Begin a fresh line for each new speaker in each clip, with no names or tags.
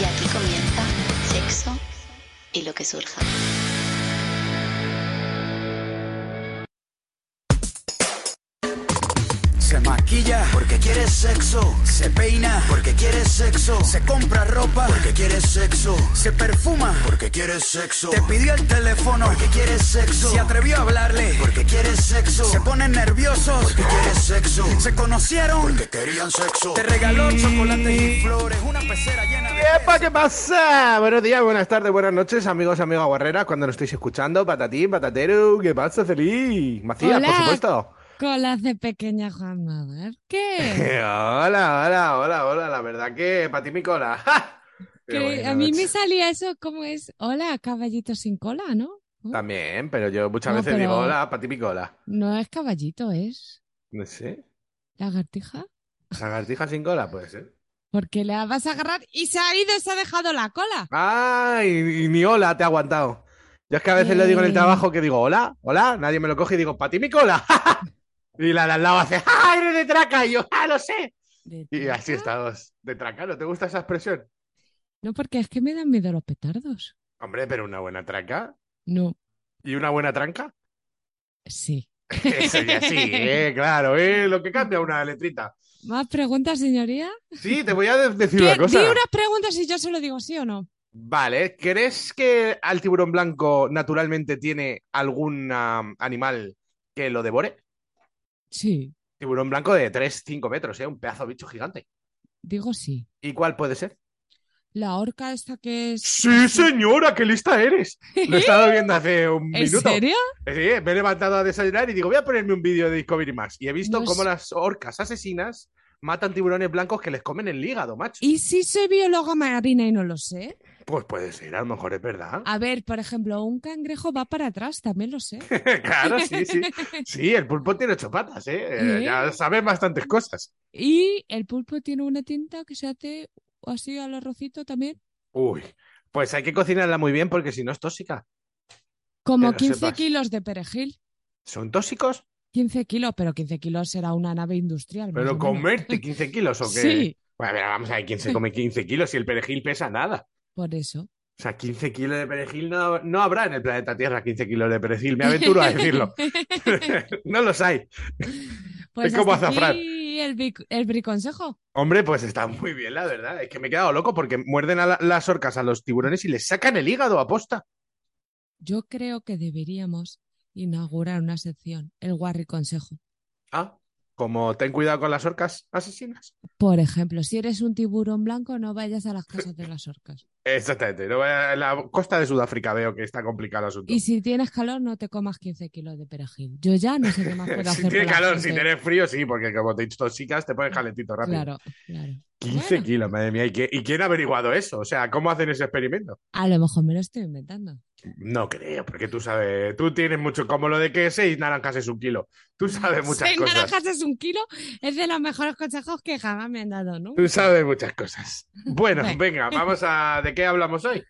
Y aquí comienza sexo y lo que surja.
Se maquilla porque quiere sexo. Se peina porque quiere sexo. Se compra ropa porque quiere sexo. Se perfuma porque quiere sexo. Te pidió el teléfono porque quiere sexo. Se atrevió a hablarle porque quiere sexo. Se ponen nerviosos porque quiere sexo. Se conocieron porque querían sexo. Te regaló chocolates y flores. Una pecera llena de.
¡Epa, qué pasa! Buenos días, buenas tardes, buenas noches, amigos, amigas guerreras, cuando nos estéis escuchando, patatín, patatero, ¿qué pasa, feliz? Macías, por
Hola.
supuesto.
Colas de pequeña Juan ¿Qué?
Eh, hola, hola, hola, hola, la verdad que para ti mi cola. ¡ja! Pero
Que
bueno,
a mí me
ch-
salía eso como es, hola, caballito sin cola, ¿no?
También, pero yo muchas
No,
veces
pero-
digo hola, para ti mi cola.
No es caballito, es
No sé.
lagartija.
¿Lagartija sin cola? Puede ser.
Porque la vas a agarrar y se ha ido, se ha dejado la cola.
¡Ah! Y, y ni hola te ha aguantado. Yo es que a veces le digo en el
Eh.
trabajo que digo hola, hola, nadie me lo coge y digo, para ti mi cola. ¡ja, ja! y la de al lado hace, ¡ah! Eres de traca. Y yo, ¡ah! Lo sé.
De
Y así
traca.
estamos. De traca, ¿no te gusta esa expresión?
No, porque es que me dan miedo los petardos.
Hombre, pero una buena traca
No,
y una buena tranca.
sí.
Eso ya sí, eh, claro, eh, lo que cambia una letrita.
¿Más preguntas, señoría?
Sí, te voy a de- decir
¿Qué?
una cosa.
Di unas preguntas y yo se lo digo sí o no.
Vale, ¿crees que al tiburón blanco naturalmente tiene algún am, animal que lo devore?
Sí,
Tiburón blanco de 3-5 metros, eh, un pedazo de bicho gigante.
digo sí.
¿Y cuál puede ser?
La orca esta que es...
Sí, señora, qué lista eres. Lo he estado viendo hace un
¿En
minuto.
serio?
Sí, me he levantado a desayunar y digo, voy a ponerme un vídeo de Discovery Max. Y he visto
No
cómo
sé.
las orcas asesinas matan tiburones blancos que les comen el hígado, macho.
¿Y si soy bióloga marina y no lo sé?
Pues puede ser, a lo mejor es verdad.
A ver, por ejemplo, un cangrejo va para atrás, también lo sé.
claro, sí, sí. Sí, el pulpo tiene ocho patas, ¿eh? Eh,
¿Eh?
Ya sabes bastantes cosas.
Y el pulpo tiene una tinta que se hace así al arrocito también.
Uy, pues hay que cocinarla muy bien porque si no es tóxica.
Como
Que lo
15
sepas.
kilos de perejil.
¿Son tóxicos?
15 kilos, pero 15 kilos será una nave industrial. más o
Pero
menos.
comerte 15 kilos o qué.
Sí,
Bueno, a ver, vamos a ver quién se come 15 kilos si el perejil pesa nada.
por eso.
O sea, 15 kilos de perejil no, no habrá en el planeta Tierra 15 kilos de perejil, me aventuro a decirlo. no los hay.
Pues
Es como
hasta
azafrán.
aquí el, bic- el briconsejo.
Hombre, pues está muy bien, la verdad. Es que me he quedado loco porque muerden a la- las orcas a los tiburones y les sacan el hígado a posta.
Yo creo que deberíamos inaugurar una sección, el guarriconsejo.
Ah, como ten cuidado con las orcas asesinas.
Por ejemplo, si eres un tiburón blanco, no vayas a las casas de las orcas.
Exactamente. No vaya- en la costa de Sudáfrica veo que está complicado el asunto.
Y si tienes calor, no te comas 15 kilos de perejil. Yo ya no sé qué más puedo hacer.
Si tiene
por la
calor, si
gente.
tienes frío, sí, porque como te he dicho, chicas, te pones calentito rápido.
Claro, claro.
15
Bueno.
kilos, madre mía. ¿Y, qué- ¿Y quién ha averiguado eso? O sea, ¿cómo hacen ese experimento?
A lo mejor me lo estoy inventando.
No creo, porque tú sabes, tú tienes mucho, como lo de que seis naranjas es un kilo. Tú sabes muchas
Seis
cosas.
naranjas es un kilo, es de los mejores consejos que jamás me han dado, ¿no?
Tú sabes muchas cosas. Bueno,
Bueno.
venga, vamos a. ¿De qué hablamos hoy?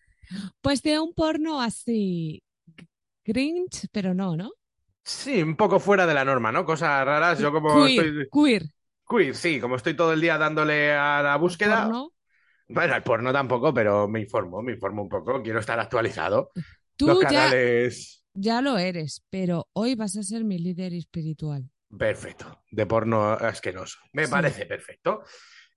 Pues de un porno así. g- Grinch, pero no, ¿no?
Sí, un poco fuera de la norma, ¿no? Cosas raras. Yo, como
queer,
estoy.
queer.
Queer, sí, como estoy todo el día dándole a la búsqueda.
porno.
Bueno, al porno tampoco, pero me informo, me informo un poco. Quiero estar actualizado. Los
Tú ya,
canales.
ya lo eres, pero hoy vas a ser mi líder espiritual.
Perfecto. De porno asqueroso. Me
Sí.
parece perfecto.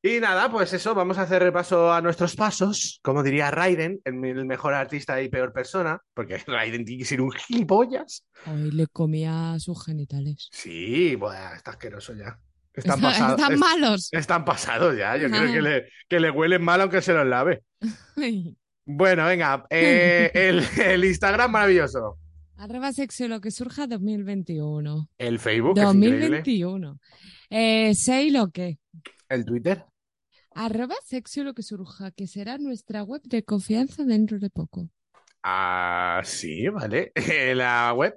Y nada, pues eso, vamos a hacer repaso a nuestros pasos. Como diría Raiden, el, el mejor artista y peor persona, porque Raiden tiene que ser un gilipollas.
Hoy le comía sus genitales.
Sí, buah, está asqueroso ya. Están,
Está-
pasados,
están
es-
malos.
están pasados ya. Yo creo
Ajá.
que le, que le huelen mal aunque se los lave. Bueno, venga, eh, el, el Instagram maravilloso.
Arroba sexo y lo que surja 2021.
El Facebook, que es increíble.
2021. Eh, sé y lo que.
El Twitter.
Arroba sexo y lo que surja, que será nuestra web de confianza dentro de poco.
Ah, sí, vale. La web.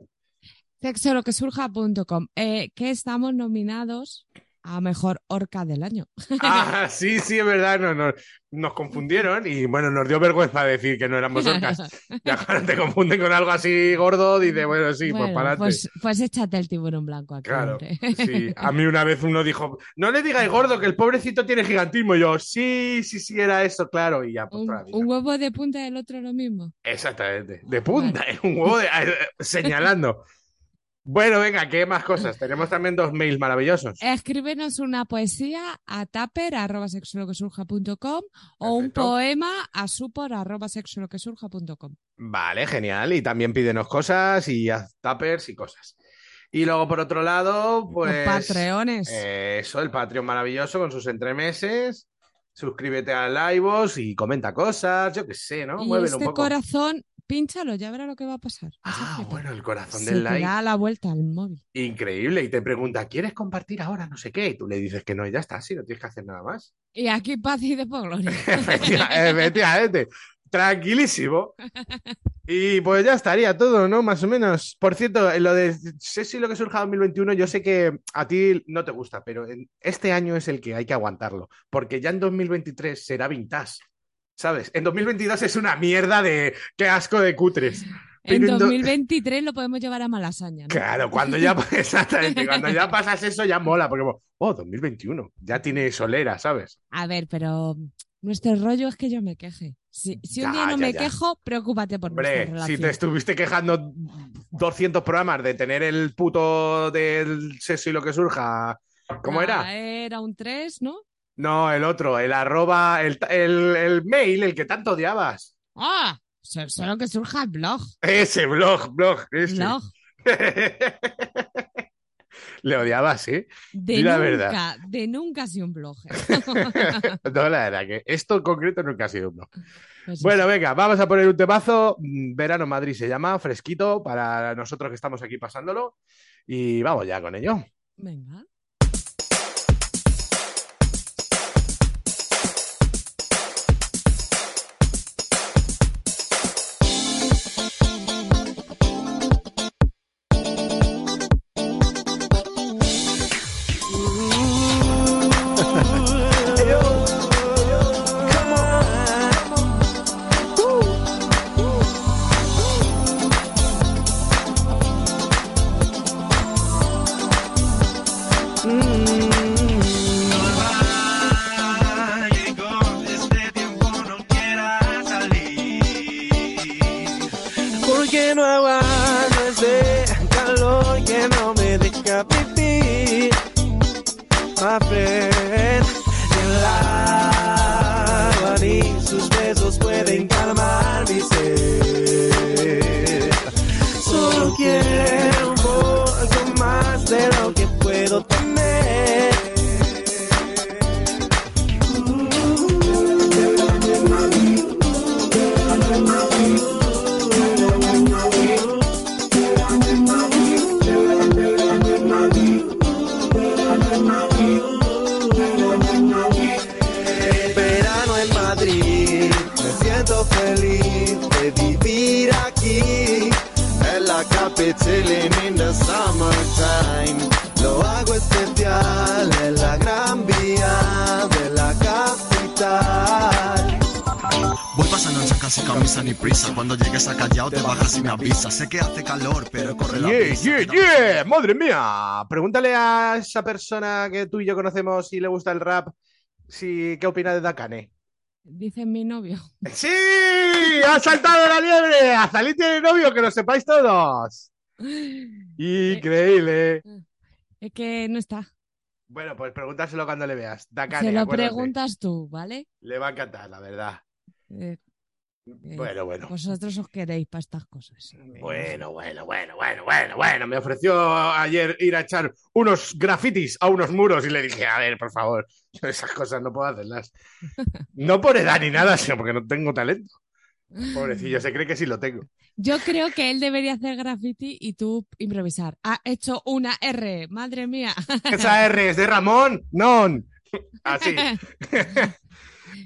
Sexo lo que surja.com, eh, que estamos nominados a mejor orca del año.
Ah, sí, sí, es verdad, no, no, nos confundieron y bueno, nos dio vergüenza decir que no éramos orcas. Ya cuando te confunden con algo así gordo, dices, bueno, sí,
Bueno,
pues para adelante.
pues, pues échate el tiburón blanco aquí.
Claro, Pues
hombre.
sí. A mí una vez uno dijo, no le digáis gordo que el pobrecito tiene gigantismo. Y yo, sí, sí, sí, era eso, claro. Y ya, pues
Un,
toda la vida.
un huevo de punta del otro lo mismo.
Exactamente. De punta, es un huevo de- eh, señalando. Bueno, venga, ¿qué más cosas? Tenemos también dos mails maravillosos.
Escríbenos una poesía a taper.sexoloquesurja.com o un
Perfecto.
poema a supor.sexoloquesurja.com.
Vale, genial. Y también pídenos cosas y haz tuppers y cosas. Y luego, por otro lado, pues...
Los patreones.
eh, Eso, el Patreon maravilloso con sus entremeses. Suscríbete al iVoox y comenta cosas, yo qué sé, ¿no?
y
Muévelo
este
un poco.
corazón, pínchalo, ya verá lo que va a pasar. Vas a
Ah,
flipar.
bueno, el corazón
Se
del
te
like.
da la vuelta al móvil.
Increíble. Y te pregunta, ¿quieres compartir ahora? No sé qué. Y tú le dices que no, y ya está, sí, no tienes que hacer nada más.
Y aquí paz y después gloria.
Efectiva- Efectivamente. Tranquilísimo. Y pues ya estaría todo, ¿no? Más o menos. Por cierto, en lo de sé si lo que surja 2021, yo sé que a ti no te gusta, pero en- este año es el que hay que aguantarlo, porque ya en 2023 será vintage, ¿sabes? En 2022 es una mierda de qué asco de cutres.
en
Pero en do-
2023 lo podemos llevar a Malasaña. ¿no?
Claro, cuando ya, exactamente, cuando ya pasas eso ya mola, porque como, oh, 2021, ya tiene solera, ¿sabes?
A ver, pero nuestro rollo es que yo me queje. Si, si un
Mm, Ya,
día no
ya,
me
ya.
quejo, preocúpate por
Hombre,
nuestra
si
relación.
te estuviste quejando 200 programas de tener el puto del sexo y lo que surja, ¿cómo
Ah,
era?
Era un 3, ¿no?
No, el otro, el arroba, el, el- el mail, el que tanto odiabas.
¡Ah! So- Solo que surja el blog.
Ese blog, blog, ese.
Blog.
Le odiabas, ¿sí?
De
Di la
nunca,
verdad.
de nunca ha sido un blog. ¿eh?
No, la verdad que esto en concreto nunca ha sido un blog.
Pues
Bueno, venga, vamos a poner un temazo. Mm, Verano Madrid se llama, fresquito para nosotros que estamos aquí pasándolo. Y vamos ya con ello.
eso. Venga.
Normal llegó este tiempo no quiera salir.
Porque no aguanto ese calor que no me deja vivir. My friend, el agua y sus besos pueden calmar mi sed. Solo quiero un poco más de lo que puedo tener. verano en Madrid. Me siento feliz de vivir aquí. En la capital in the summertime. Lo hago especial en la gran vía de la capital.
Voy pasando en chanclas sin camisa ni prisa. Cuando llegues a Callao te bajas y me avisas. Sé que hace calor, pero corre la
Yeah,
brisa.
yeah,
Queda-
yeah, madre mía. Pregúntale a esa persona que tú y yo conocemos si le gusta el rap, si qué opina de Dakane.
Dice mi novio.
¡Sí! ¡Ha saltado la liebre! ¡Azalí tiene novio, que lo sepáis todos!
Eh,
Increíble.
Es que no está.
Bueno, pues pregúntaselo cuando le veas. Dakane,
Se lo
acuérdate.
preguntas tú, ¿vale?
Le va a encantar, la verdad.
Eh,
Bueno, bueno.
Vosotros os queréis para estas cosas.
Bueno, bueno, bueno, bueno, bueno, bueno. Me ofreció ayer ir a echar unos grafitis a unos muros y le dije, a ver, por favor, yo esas cosas no puedo hacerlas. No por edad ni nada, sino porque no tengo talento. Pobrecillo, se cree que sí lo tengo.
Yo creo que él debería hacer graffiti y tú improvisar. Ha hecho una R, madre mía.
Esa R es de Ramón, non. Así.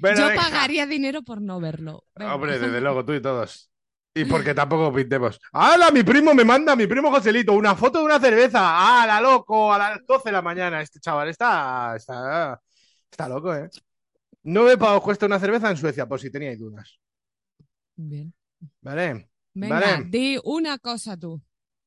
Bueno,
Yo
venga.
pagaría dinero por no verlo. Venga.
Hombre, desde luego, tú y todos. Y porque tampoco pintemos. ¡Hala! Mi primo me manda, mi primo Joselito, una foto de una cerveza. ¡Hala, loco! A las 12 de la mañana. Este chaval está. Está, está loco, ¿eh? Nueve pavos cuesta una cerveza en Suecia, por si teníais dudas.
Bien.
¿Vale?
Venga,
Vale.
di una cosa tú.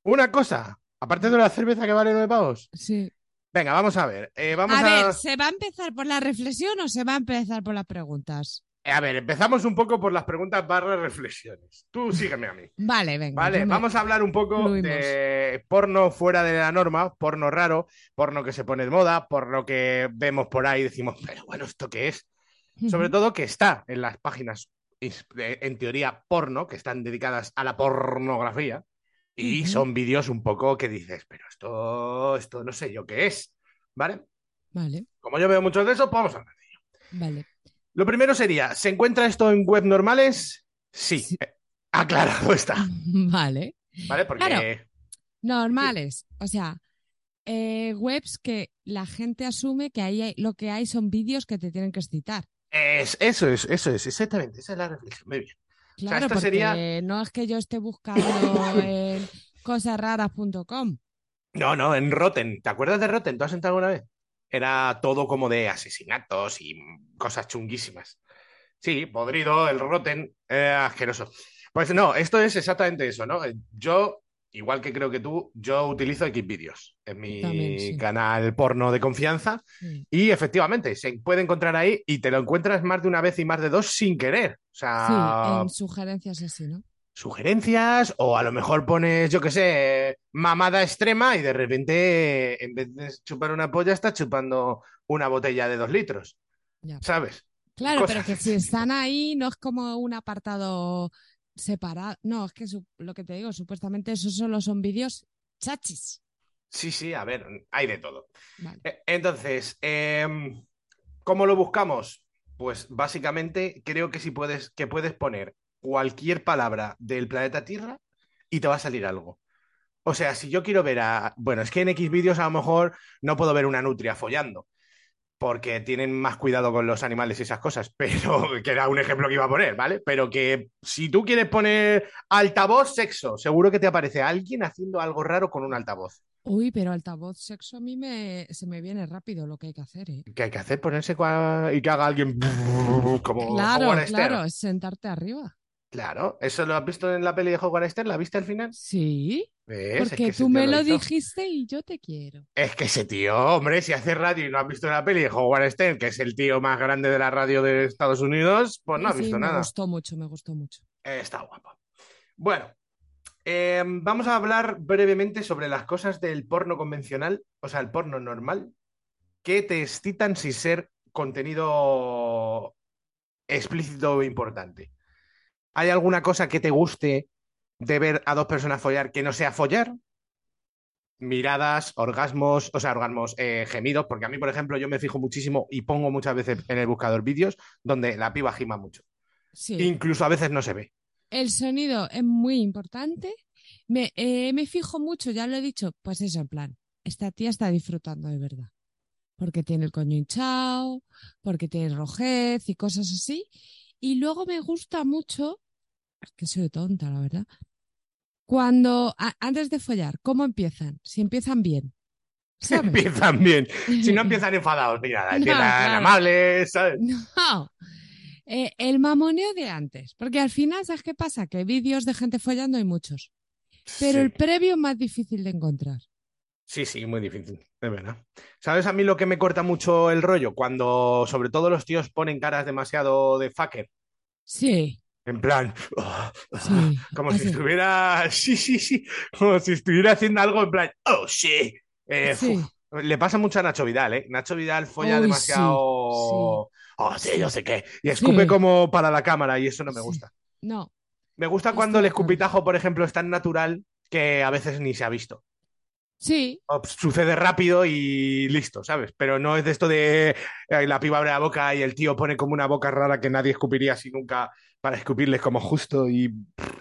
Una cosa, aparte de la cerveza que vale nueve pavos.
Sí.
Venga, vamos a ver. eh, vamos
a,
a...
ver, ¿se va a empezar por la reflexión o se va a empezar por las preguntas?
Eh, a ver, empezamos un poco por las preguntas barra reflexiones. Tú sígueme a mí.
Vale, venga.
Vale,
yo me-
vamos a hablar un poco
Fluimos.
de porno fuera de la norma, porno raro, porno que se pone de moda, porno que vemos por ahí y decimos, pero bueno, ¿esto qué es? Sobre todo que está en las páginas, is- de- en teoría, porno, que están dedicadas a la pornografía, y
Ujú.
son vídeos un poco que dices, pero esto, esto no sé yo qué es, ¿vale?
Vale,
Como yo veo muchos de esos, pues vamos a ver.
vale.
Lo primero sería, ¿se encuentra esto en web normales? Sí,
Sí.
Eh, aclarado está,
Vale.
¿vale? Porque...
Claro. Normales. O sea, eh, webs que la gente asume que ahí hay- lo que hay son vídeos que te tienen que excitar.
Es, eso es, eso es, exactamente, esa es la reflexión. Muy bien. sea,
Claro,
esto
porque
sería-
no es que yo esté buscando en cosasraras.com.
No, no, en Rotten, ¿te acuerdas de Rotten? ¿Tú has entrado alguna vez? Era todo como de asesinatos y cosas chunguísimas. Sí, podrido, el Rotten, eh, asqueroso. Pues no, esto es exactamente eso, ¿no? Eh, Yo, igual que creo que tú, yo utilizo Xvideos, es mi
También, sí.
canal porno de confianza,
Sí.
y efectivamente, se puede encontrar ahí y te lo encuentras más de una vez y más de dos sin querer. O
Sí,
sea,
en sugerencias así, ¿no?
sugerencias o a lo mejor pones, yo qué sé, mamada extrema y de repente en vez de chupar una polla estás chupando una botella de dos litros,
Ya.
¿sabes?
Claro,
Cosas
pero que
de
si
ese
están ahí no es como un apartado separado. No, es que su- lo que te digo, supuestamente esos solo son vídeos chachis.
Sí, sí, a ver, hay de todo.
Vale.
E- Entonces, em, ¿cómo lo buscamos? Pues básicamente creo que si puedes, que puedes poner cualquier palabra del planeta Tierra y te va a salir algo. O sea, si yo quiero ver a... Bueno, es que en X vídeos a lo mejor no puedo ver una nutria follando, porque tienen más cuidado con los animales y esas cosas, pero que era un ejemplo que iba a poner, ¿vale? Pero que si tú quieres poner altavoz sexo, seguro que te aparece alguien haciendo algo raro con un altavoz.
Uy, pero altavoz sexo a mí me, se me viene rápido lo que hay que hacer, ¿eh?
que hay que hacer ponerse cua- y que haga alguien como
Claro,
Howard Stern.
claro, es sentarte arriba.
Claro, eso lo has visto en la peli de Howard Stern, ¿la viste al final?
Sí,
¿Ves? Es
porque
que ese
tú
tío
me lo
hizo.
dijiste y yo te quiero.
Es que ese tío, hombre, si hace radio y no has visto la peli de Howard Stern, que es el tío más grande de la radio de Estados Unidos, pues no
Sí,
has visto
sí, Me
nada.
gustó mucho, me gustó mucho.
Eh, Está guapo. Bueno, eh, vamos a hablar brevemente sobre las cosas del porno convencional, o sea, el porno normal, que te excitan sin ser contenido explícito o importante. ¿Hay alguna cosa que te guste de ver a dos personas follar que no sea follar? Miradas, orgasmos, o sea, orgasmos, eh, gemidos, porque a mí, por ejemplo, yo me fijo muchísimo y pongo muchas veces en el buscador vídeos donde la piba gima mucho.
Sí.
Incluso a veces no se ve.
El sonido es muy importante. Me, eh, me fijo mucho, ya lo he dicho, pues eso, en plan, esta tía está disfrutando de verdad. Porque tiene el coño hinchado, porque tiene rojez y cosas así. Y luego me gusta mucho, es que soy tonta, la verdad, cuando, a- antes de follar, ¿cómo empiezan? Si empiezan bien. ¿sabes?
Empiezan bien. Si no empiezan enfadados ni nada,
No,
empiezan
claro.
amables, ¿sabes?
No. Eh, el mamoneo de antes. Porque al final, ¿sabes qué pasa? Que vídeos de gente follando hay muchos. Pero el
Sí.
previo es más difícil de encontrar.
Sí, sí, muy difícil, de verdad. ¿Sabes a mí lo que me corta mucho el rollo? Cuando sobre todo los tíos ponen caras demasiado de fucker.
Sí,
En plan, "Oh, oh",
sí.
como
así.
si estuviera, sí, sí, sí, como si estuviera haciendo algo en plan, oh, sí. Eh,
Sí.
fu- Le pasa mucho a Nacho Vidal, ¿eh? Nacho Vidal folla
Uy, sí,
demasiado, oh, sí, yo sé qué, y escupe
Sí.
como para la cámara y eso no me
Sí.
gusta.
No,
Me gusta
Estoy
cuando el
de acuerdo.
escupitajo, por ejemplo, es tan natural que a veces ni se ha visto.
sí,
O sucede rápido y listo, ¿sabes? Pero no es de esto de eh, la piba abre la boca y el tío pone como una boca rara que nadie escupiría así nunca para escupirles como justo y pff,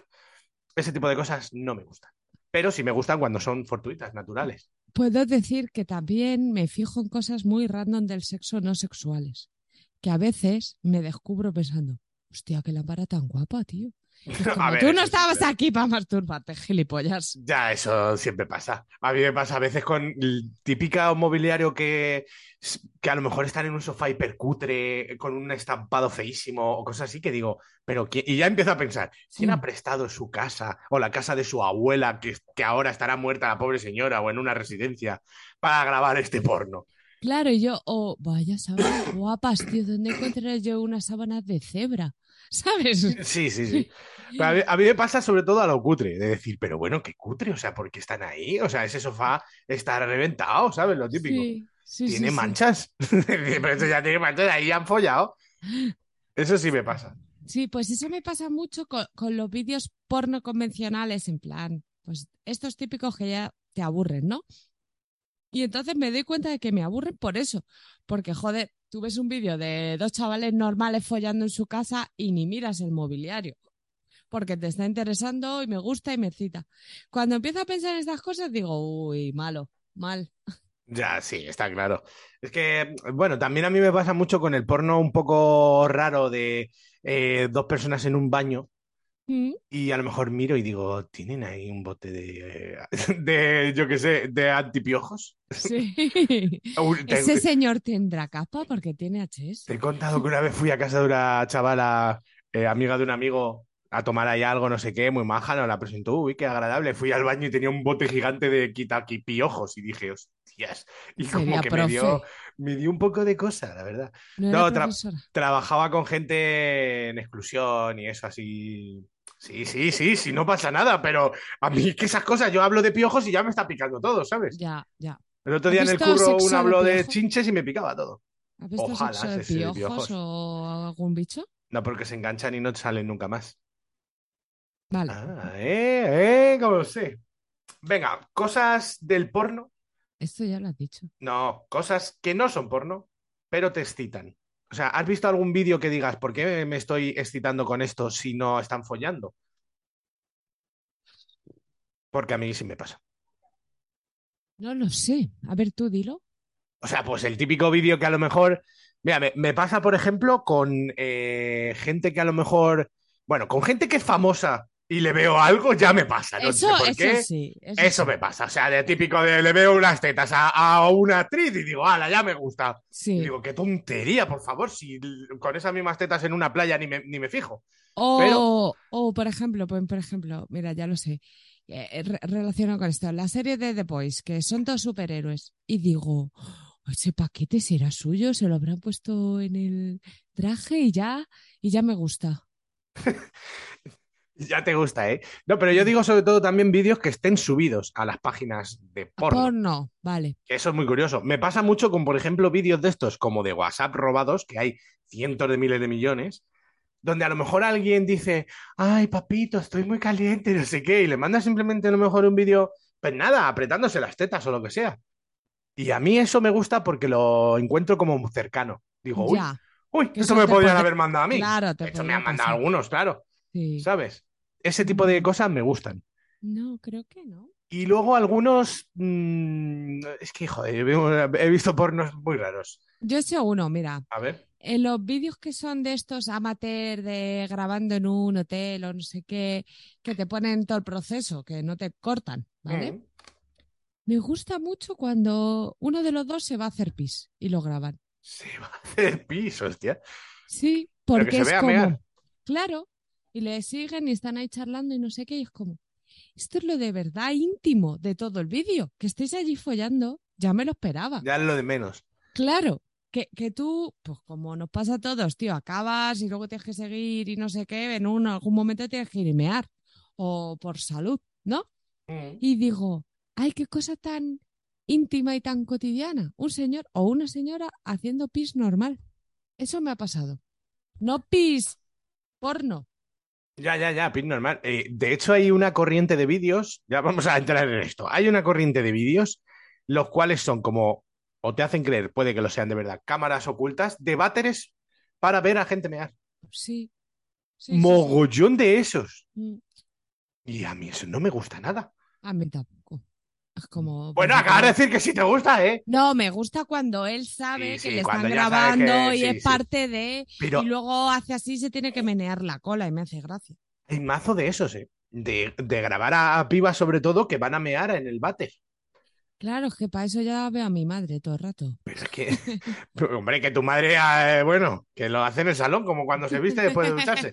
ese tipo de cosas no me gustan. Pero sí me gustan cuando son fortuitas, naturales.
puedo decir que también me fijo en cosas muy random del sexo no sexuales, que a veces me descubro pensando, Hostia, qué lámpara tan guapa, tío. Es
A
como,
ver,
tú
eso
no
sí,
estabas
pero-
aquí para masturbarte, gilipollas.
Ya, eso siempre pasa. A mí me pasa a veces con el típica mobiliario que, que a lo mejor están en un sofá hipercutre, con un estampado feísimo o cosas así, que digo, pero ¿quién? Y ya empiezo a pensar, ¿quién ha
Mm.
prestado su casa o la casa de su abuela, que, que ahora estará muerta la pobre señora o en una residencia, para grabar este porno?
Claro, y yo, oh, vaya sábanas guapas, tío, ¿dónde encontraré yo unas sábanas de cebra? ¿Sabes?
Sí, sí, sí. Pero a, mí, a mí me pasa sobre todo a lo cutre, de decir, pero bueno, qué cutre, o sea, ¿por qué están ahí? O sea, ese sofá está reventado, ¿sabes? Lo típico.
Sí, sí, sí,
tiene
sí.
manchas. Pero esto ya tiene manchas, ahí ya han follado. Eso sí me pasa.
Sí, pues eso me pasa mucho co- con, los vídeos porno convencionales, en plan, pues estos típicos que ya te aburren, ¿no? Y entonces me doy cuenta de que me aburren por eso, porque joder, tú ves un vídeo de dos chavales normales follando en su casa y ni miras el mobiliario, porque te está interesando y me gusta y me excita. Cuando empiezo a pensar en estas cosas digo, uy, malo, mal.
Ya, sí, está claro. Es que, bueno, también a mí me pasa mucho con el porno un poco raro de eh, dos personas en un baño
Mm,
y a lo mejor miro y digo, tienen ahí un bote de, eh, de yo qué sé, de antipiojos.
Sí.
Au, te-
Ese señor tendrá capa porque tiene HS.
Te he contado que una vez fui a casa de una chavala, eh, amiga de un amigo, a tomar ahí algo, no sé qué, muy maja, nos la presentó, uy, qué agradable. Fui al baño y tenía un bote gigante de quitaquipiojos y dije, hostias. Y como
Sería
que me
profe.
dio, me dio un poco de cosa, la verdad.
No era
No, otra-
profesora.
Trabajaba con gente en exclusión y eso así. Sí, sí, sí, sí, no pasa nada, pero a mí es que esas cosas, yo hablo de piojos y ya me está picando todo, ¿sabes?
Ya, ya.
El otro día
¿Has
en el
visto
curro
Sexo
uno
de
habló de
Piojos?
chinches y me picaba todo.
¿Has visto
Ojalá
sexo de
se sirvió,
piojos,
Jos.
o algún bicho?
No, porque se enganchan y no salen nunca más.
Vale.
Ah, eh, eh, como lo sé. Venga, cosas del porno.
Esto ya lo has dicho.
No, cosas que no son porno, pero te excitan. O sea, ¿has visto algún vídeo que digas, ¿por qué me estoy excitando con esto si no están follando? Porque a mí sí me pasa.
No lo sé. A ver, tú dilo.
O sea, pues el típico vídeo que a lo mejor. Mira, me, me pasa, por ejemplo, con eh, gente que a lo mejor. Bueno, con gente que es famosa y le veo algo, ya me pasa. Ah, No sé
eso,
por
eso
qué.
sí. Eso,
Eso me pasa, o sea, de típico de le veo unas tetas a, a una actriz y digo, ala, ya me gusta.
sí.
Y digo, qué tontería, por favor, si l- con esas mismas tetas en una playa ni me, ni me fijo.
O,
pero-
o, por ejemplo, pues, por ejemplo, mira, ya lo sé. Eh, eh, re- relaciono con esto. La serie de The Boys, que son todos superhéroes. Y digo, ese paquete será suyo, se lo habrán puesto en el traje y ya, y ya me gusta.
Ya te gusta, ¿eh? No, pero yo digo sobre todo también vídeos que estén subidos a las páginas de porno,
Porno, vale.
que eso es muy curioso. Me pasa mucho con, por ejemplo, vídeos de estos como de WhatsApp robados, que hay cientos de miles de millones, donde a lo mejor alguien dice, ay, papito, estoy muy caliente, no sé qué, y le manda simplemente a lo mejor un vídeo, pues nada, apretándose las tetas o lo que sea. Y a mí eso me gusta porque lo encuentro como cercano. Digo, uy,
Ya.
uy,
que
esto
eso
me
te
podían
puede-
haber mandado a mí.
Claro, te
de hecho,
podría
me han mandado
pasar. Mm.
algunos, claro,
Sí.
¿sabes? Ese tipo de cosas me gustan.
No, creo que no.
Y luego algunos... mm, es que, joder, he visto pornos muy raros.
Yo sé uno, mira.
A ver.
En los vídeos que son de estos amateur de grabando en un hotel o no sé qué, que te ponen todo el proceso, que no te cortan, ¿vale?
Mm.
Me gusta mucho cuando uno de los dos se va a hacer pis y lo graban.
Se va a hacer pis, hostia.
Sí,
Pero
porque
que se
es
vea
como,
mear.
claro, y le siguen y están ahí charlando y no sé qué, y es como, esto es lo de verdad íntimo de todo el vídeo, que estéis allí follando, ya me lo esperaba.
Ya es lo de menos.
Claro, que, que tú, pues como nos pasa a todos, tío, acabas y luego tienes que seguir y no sé qué, en un, algún momento tienes que ir y mear, o por salud, ¿no? Y digo, ay, qué cosa tan íntima y tan cotidiana, un señor o una señora haciendo pis normal. Eso me ha pasado. No pis, porno.
Ya, ya, ya, pis normal. Eh, de hecho, hay una corriente de vídeos, ya vamos a entrar en esto. Hay una corriente de vídeos, los cuales son como, o te hacen creer, puede que lo sean de verdad, cámaras ocultas de váteres para ver a gente mear.
Sí. sí, sí, sí.
Mogollón de esos.
Mm,
Y a mí eso no me gusta nada.
A mí tampoco. Es como.
Bueno,
pues,
acabas de decir que sí te gusta, ¿eh?
No, me gusta cuando él sabe
Sí,
que
sí,
le
cuando
están
ya sabe que-
grabando y
sí,
es
sí.
parte de.
Pero
Y luego hace así, se tiene que menear la cola y me hace gracia.
hay mazo de esos, ¿eh? De, de grabar a, a pibas, sobre todo, que van a mear en el bate.
Claro, es que para eso ya veo a mi madre todo el rato.
Pero es que, pero, hombre, que tu madre, eh, bueno, que lo hace en el salón, como cuando se viste después de ducharse.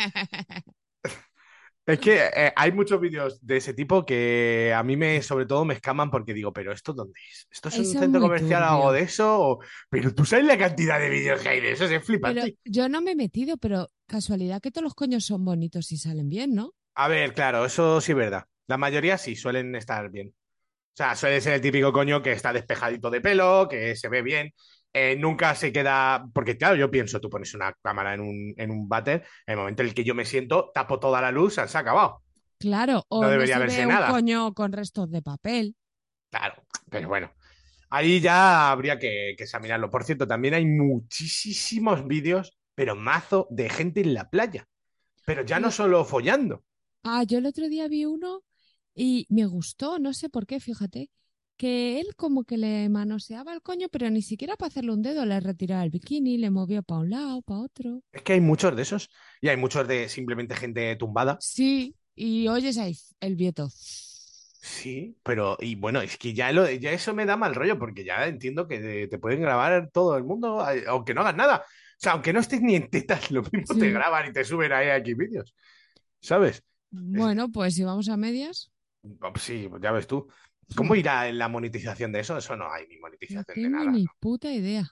Es que eh, hay muchos vídeos de ese tipo que a mí me, sobre todo, me escaman porque digo, pero ¿esto dónde es? ¿Esto es un
Eso es
centro
muy
comercial o algo
turbio.
de eso? O- Pero tú sabes la cantidad de vídeos que hay de eso, es flipante.
Pero yo no me he metido, pero casualidad que todos los coños son bonitos y salen bien, ¿no?
A ver, claro, eso sí es verdad. La mayoría sí suelen estar bien. O sea, suele ser el típico coño que está despejadito de pelo, que se ve bien, eh, nunca se queda. Porque, claro, yo pienso, tú pones una cámara en un, en un váter, en el momento en el que yo me siento, tapo toda la luz, se ha acabado.
Claro, o
No
no,
debería
se
verse
ve
nada.
un coño con restos de papel.
Claro, pero bueno. Ahí ya habría que, que examinarlo. Por cierto, también hay muchísimos vídeos, pero mazo, de gente en la playa. Pero ya no solo follando.
Ah, yo el otro día vi uno y me gustó, no sé por qué, fíjate, que él como que le manoseaba el coño, pero ni siquiera para hacerle un dedo, le retiraba el bikini, le movió para un lado, para otro.
Es que hay muchos de esos. Y hay muchos de simplemente gente tumbada.
Sí, y oyes ahí el viento.
Sí, pero y bueno, es que ya, lo, ya eso me da mal rollo, porque ya entiendo que de- te pueden grabar todo el mundo, eh, aunque no hagas nada. O sea, aunque no estés ni en tetas, lo mismo te
Sí.
graban y te suben ahí aquí vídeos. ¿Sabes?
Bueno, pues si vamos a medias,
Oh, Sí, pues ya ves tú. ¿Cómo irá la monetización de eso? Eso no hay ni
no
monetización de
tengo
nada.
ni puta idea.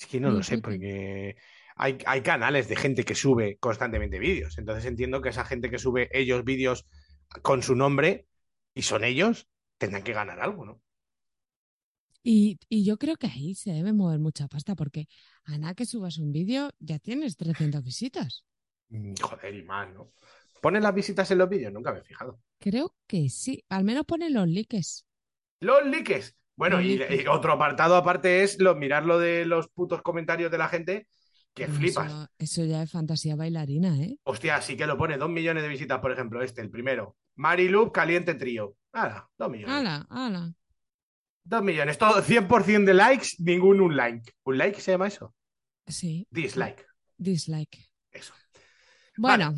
Es que no lo
ni
sé,
puta
porque hay, hay canales de gente que sube constantemente vídeos. Entonces entiendo que esa gente que sube ellos vídeos con su nombre y son ellos, tendrán que ganar algo, ¿no?
Y, y yo creo que ahí se debe mover mucha pasta, porque a nada que subas un vídeo ya tienes 300 visitas.
Mm, Joder, y más, ¿no? ¿Pones las visitas en los vídeos? Nunca me he fijado.
Creo que sí, al menos ponen los likes.
Los likes. Bueno,
Los
y,
likes.
y otro apartado aparte es lo, mirar lo de los putos comentarios de la gente, que
Pero
flipas.
Eso, eso ya es fantasía bailarina, ¿eh?
Hostia, sí que lo pone, dos millones de visitas, por ejemplo, este, el primero. Marilu, caliente trío. Hala, dos millones.
Ala, ala.
Dos millones. Todo 100% de likes, ningún un like. ¿Un like se llama eso?
Sí,
Dislike.
dislike.
Eso.
Bueno,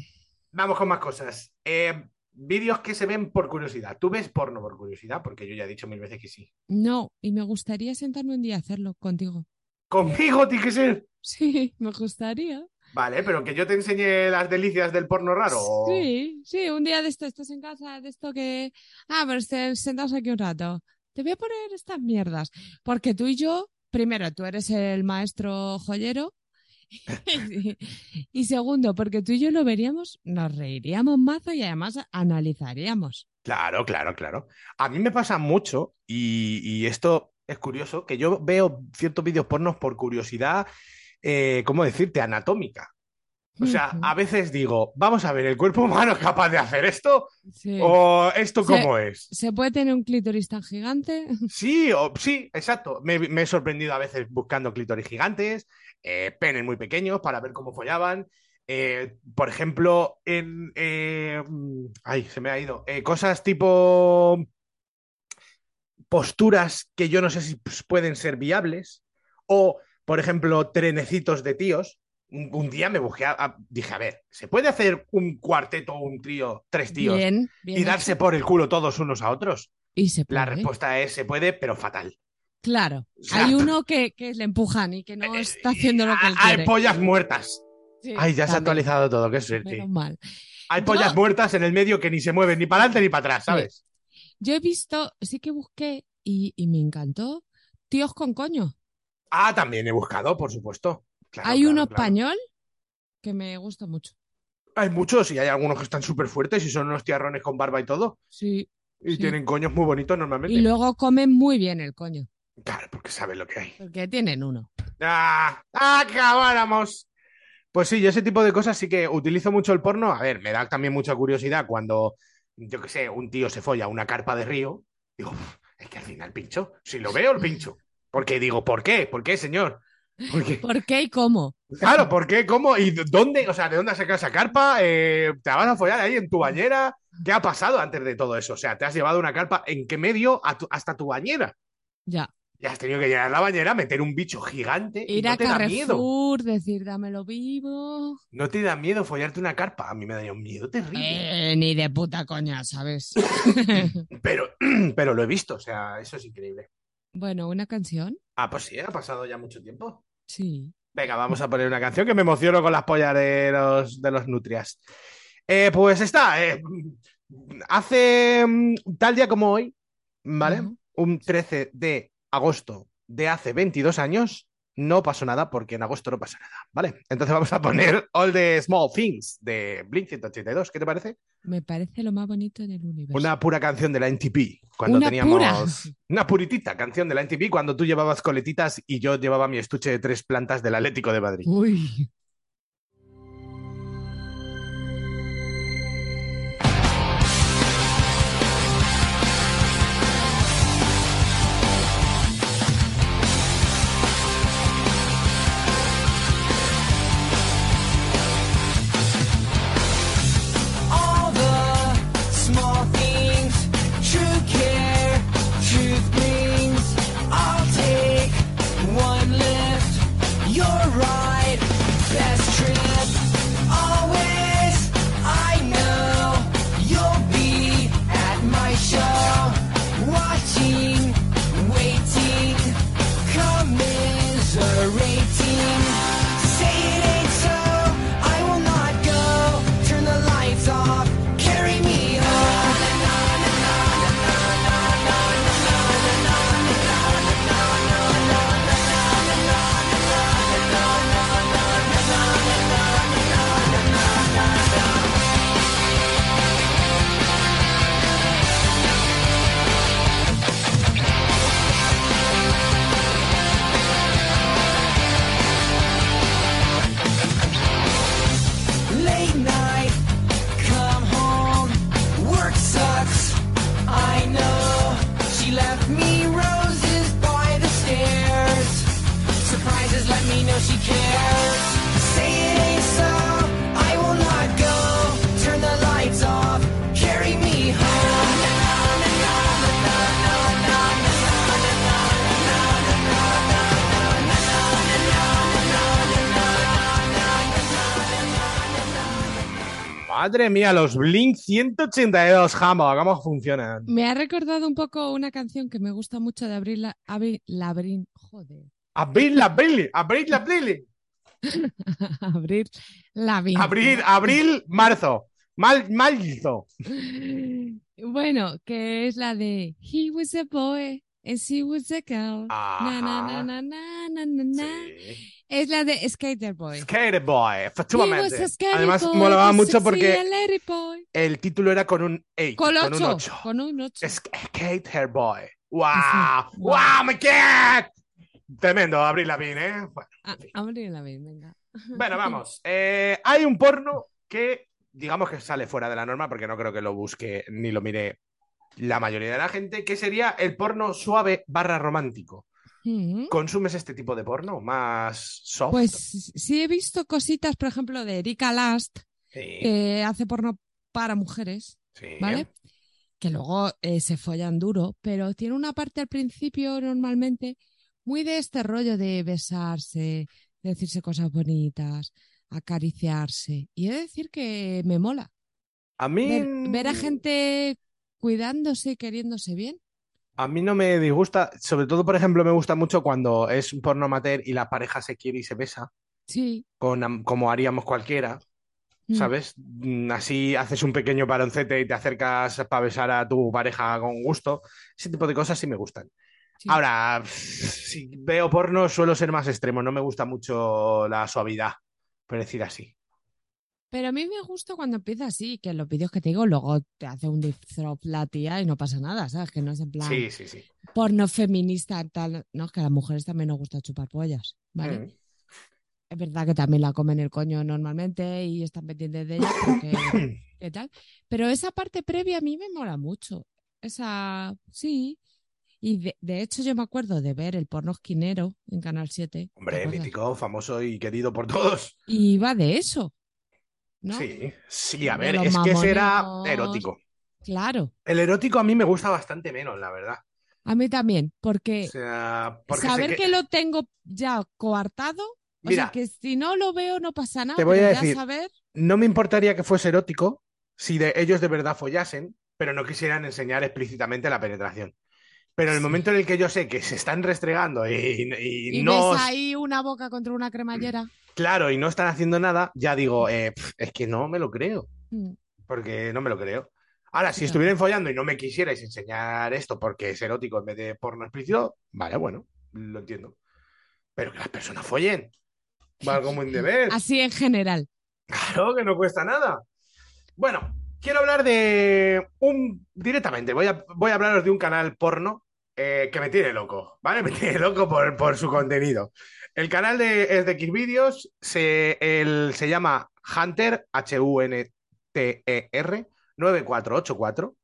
Vamos con más cosas. Eh, vídeos que se ven por curiosidad. ¿Tú ves porno por curiosidad? Porque yo ya he dicho mil veces que sí.
no, y me gustaría sentarme un día a hacerlo contigo.
Conmigo tiene que ser.
Sí, me gustaría.
Vale, pero que yo te enseñe las delicias del porno raro. ¿o?
Sí, sí, un día de esto, estás en casa, de esto que... Ah, pero este- sentaos aquí un rato. Te voy a poner estas mierdas, porque tú y yo, primero, tú eres el maestro joyero. Y, segundo, porque tú y yo lo veríamos, nos reiríamos mazo y además analizaríamos.
Claro, claro, claro. A mí me pasa mucho, y, y esto es curioso, que yo veo ciertos vídeos pornos por curiosidad, eh, ¿cómo decirte? Anatómica. O sea,
Ujú,
a veces digo, vamos a ver, ¿el cuerpo humano es capaz de hacer esto?
sí.
¿O esto
Sí.
cómo es?
¿Se puede tener un clítoris tan gigante?
Sí, o- sí, exacto. Me, me he sorprendido a veces buscando clítoris gigantes, eh, penes muy pequeños para ver cómo follaban. Eh, por ejemplo, en. eh, mm, ay, se me ha ido. Eh, cosas tipo. Posturas que yo no sé si pues, pueden ser viables. O, por ejemplo, trenecitos de tíos. Un, un día me busqué. a- a- dije, a ver, ¿se puede hacer un cuarteto, un trío, tres tíos
Bien, bien
y darse
hecho.
por el culo todos unos a otros?
Y se
La
puede. ¿eh?
respuesta es se puede, pero fatal.
Claro,
O sea,
hay uno que, que le empujan y que no está haciendo lo que él
Ah, Hay
quiere.
pollas muertas.
Sí,
Ay, ya se ha
también,
actualizado todo, qué suerte.
menos mal.
Hay
Yo-
pollas muertas en el medio que ni se mueven ni para adelante ni para atrás, ¿sabes?
Yo he visto, sí que busqué y, y me encantó, tíos con coño.
Ah, también he buscado, por supuesto. Claro,
hay
claro,
uno
claro.
español que me gusta mucho.
Hay muchos y hay algunos que están súper fuertes y son unos tiarrones con barba y todo.
Sí.
Y
Sí.
tienen coños muy bonitos normalmente.
Y luego comen muy bien el coño,
Claro, porque saben lo que hay.
porque tienen uno.
¡Ah! ¡Acabáramos! Pues sí, yo ese tipo de cosas sí que utilizo mucho el porno. A ver, me da también mucha curiosidad cuando, yo qué sé, un tío se folla una carpa de río. Digo, "Uf, es que al final pincho. Si lo veo, el pincho. Porque digo, ¿por qué? ¿Por qué, señor? ¿Por qué?
¿Por qué y cómo?
Claro, ¿por qué? ¿Cómo? ¿Y dónde? O sea, ¿de dónde has sacado esa carpa? Eh, ¿te la vas a follar ahí en tu bañera? ¿Qué ha pasado antes de todo eso? O sea, te has llevado una carpa en qué medio A tu- hasta tu bañera.
Ya.
Y has tenido que llenar la bañera, meter un bicho gigante. y
Ir
no
a
te da miedo.
Carrefour, decir dámelo vivo.
No te da miedo follarte una carpa. A mí me da un miedo terrible.
Eh, ni de puta coña, ¿sabes?
Pero, pero lo he visto. O sea, eso es increíble.
bueno, una canción.
Ah, pues sí, ha pasado ya mucho tiempo.
Sí.
Venga, vamos a poner una canción que me emociono con las pollas de los, de los nutrias. Eh, pues está. eh, hace mm, tal día como hoy, ¿vale?
Ujú.
Un 13 de agosto de hace 22 años, no pasó nada porque en agosto no pasa nada, ¿vale? Entonces vamos a poner All the Small Things de Blink 182, ¿qué te parece?
Me parece lo más bonito en el universo.
Una pura canción de la NTP cuando
Una
teníamos.
pura.
Una puritita canción de la NTP cuando tú llevabas coletitas y yo llevaba mi estuche de tres plantas del Atlético de Madrid.
Uy.
all the small things. True care, truth brings. I'll take one lift. You're right, best trip. Always, I know you'll be at my show. Watching, waiting, commiserating. Say it ain't so. I will not go. Turn the lights off. Carry me home. late night, come home, work sucks, I know. She left me roses by the stairs, surprises let me know she cares. Say it ain't so, I will not go, turn the lights off, carry me home.
Madre mía, los Blink 182, Hamo, ¿cómo funcionan?
Me ha recordado un poco una canción que me gusta mucho de Abril La- Abril Labrin. Joder.
Abrir la peli, abrir la peli.
Abril Lavigne.
Abrir, abril, marzo. Mal, malzo.
Bueno, que es la de He was a boy and she was a girl. Na, na, na,
Ajá.
na, na, na, na, na.
Sí.
Es la de Skater Boy.
Skater Boy,
He was
efectivamente.
a skater
Además,
boy, pues
molaba
a
mucho
sexy
porque
lady boy.
el título era con un 8,
Con
con un
ocho,
8.
con un ocho.
Skater Boy. ¡Wow!
Así.
¡Wow, me cat! Tremendo, abrir la peli, ¿eh? Bueno.
Ah, Abril Lavigne, venga.
Bueno, vamos. Eh, hay un porno que, digamos que sale fuera de la norma, porque no creo que lo busque ni lo mire la mayoría de la gente, que sería el porno suave barra romántico.
Mm.
¿Consumes este tipo de porno? ¿Más soft?
Pues sí he visto cositas, por ejemplo, de Erika Last,
sí,
que hace porno para mujeres,
sí.
eh, ¿vale? Que luego eh, se follan duro, pero tiene una parte al principio normalmente muy de este rollo de besarse, decirse cosas bonitas, acariciarse. Y he de decir que me mola
A mí,
ver, ver
Mm.
a gente cuidándose y queriéndose bien.
a mí no me disgusta. Sobre todo, por ejemplo, me gusta mucho cuando es un porno amateur y la pareja se quiere y se besa,
Sí.
con, como haríamos cualquiera.
Mm.
¿sabes? Mm, Así haces un pequeño paroncete y te acercas para besar a tu pareja con gusto. Ese tipo de cosas sí me gustan.
Sí.
Ahora, pff, si veo porno, suelo ser más extremo. No me gusta mucho la suavidad, por decir así.
Pero a mí me gusta cuando empieza así, que en los vídeos que te digo luego te hace un deep throat la tía y no pasa nada, ¿sabes? Que no es en plan
Sí, sí, sí.
porno feminista, tal. No, que a las mujeres también nos gusta chupar pollas, ¿vale?
Mm.
Es verdad que también la comen el coño normalmente y están pendientes de ella, porque, ¿qué tal? Pero esa parte previa a mí me mola mucho. Esa, sí. Y de, de hecho yo me acuerdo de ver el porno esquinero en Canal 7. ¿te
Hombre,
acuerdas?
mítico, famoso y querido por todos.
Y va de eso, ¿no?
Sí, sí, a
De
ver,
los
es que será
mamoneos.
erótico.
Claro,
El erótico a mí me gusta bastante menos, la verdad.
a mí también, porque
O sea, porque sé
saber
que-
que... lo tengo ya coartado, o
Mira.
sea que si no lo veo no pasa nada,
Te voy a
pero ya
decir-
saber,
no me importaría que fuese erótico si de ellos de verdad follasen, pero no quisieran enseñar explícitamente la penetración. Pero en el
Sí.
momento en el que yo sé que se están restregando y, y
y
no,
ves ahí una boca contra una cremallera,
claro, y no están haciendo nada, ya digo, eh, pf, es que no me lo creo,
mm,
porque no me lo creo. Ahora, si
Ya.
estuvieran follando y no me quisierais enseñar esto porque es erótico en vez de porno explícito, vale, bueno, lo entiendo. Pero que las personas follen, va como un deber.
así en general.
Claro, que no cuesta nada. Bueno, quiero hablar de un... Directamente, voy a, voy a hablaros de un canal porno eh, que me tiene loco, ¿vale? Me tiene loco por, por su contenido. El canal de, es de Xvideos, se, el- se llama Hunter, H-U-N-T-E-R, 9484,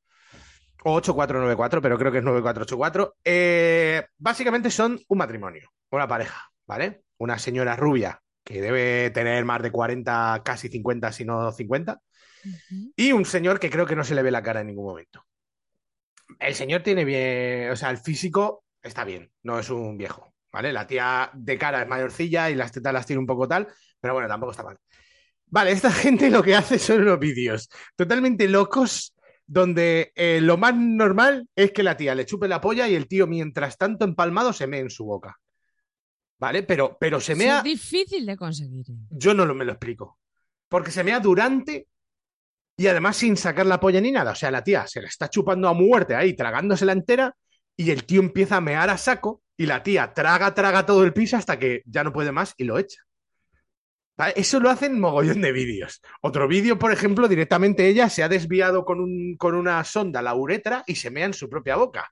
o 8494, pero creo que es 9484. Eh, básicamente son un matrimonio, una pareja, ¿vale? Una señora rubia que debe tener más de 40, casi 50, si no 50,
Ujú.
y un señor que creo que no se le ve la cara en ningún momento. El señor tiene bien, o sea, el físico está bien, no es un viejo, ¿vale? La tía de cara es mayorcilla y las tetas las tiene un poco tal, pero bueno, tampoco está mal. Vale, esta gente lo que hace son unos vídeos totalmente locos donde eh, lo más normal es que la tía le chupe la polla y el tío, mientras tanto empalmado, se mee en su boca. ¿Vale? Pero, pero se
Eso
mea
Es difícil de conseguir. ¿eh?
yo no lo, me lo explico. Porque se mea durante y además sin sacar la polla ni nada. O sea, la tía se la está chupando a muerte ahí, tragándosela entera y el tío empieza a mear a saco y la tía traga, traga todo el piso hasta que ya no puede más y lo echa. ¿Vale? Ah, Eso lo hacen mogollón de vídeos. Otro vídeo, por ejemplo, directamente ella se ha desviado con, un- con una sonda la uretra y se mea en su propia boca.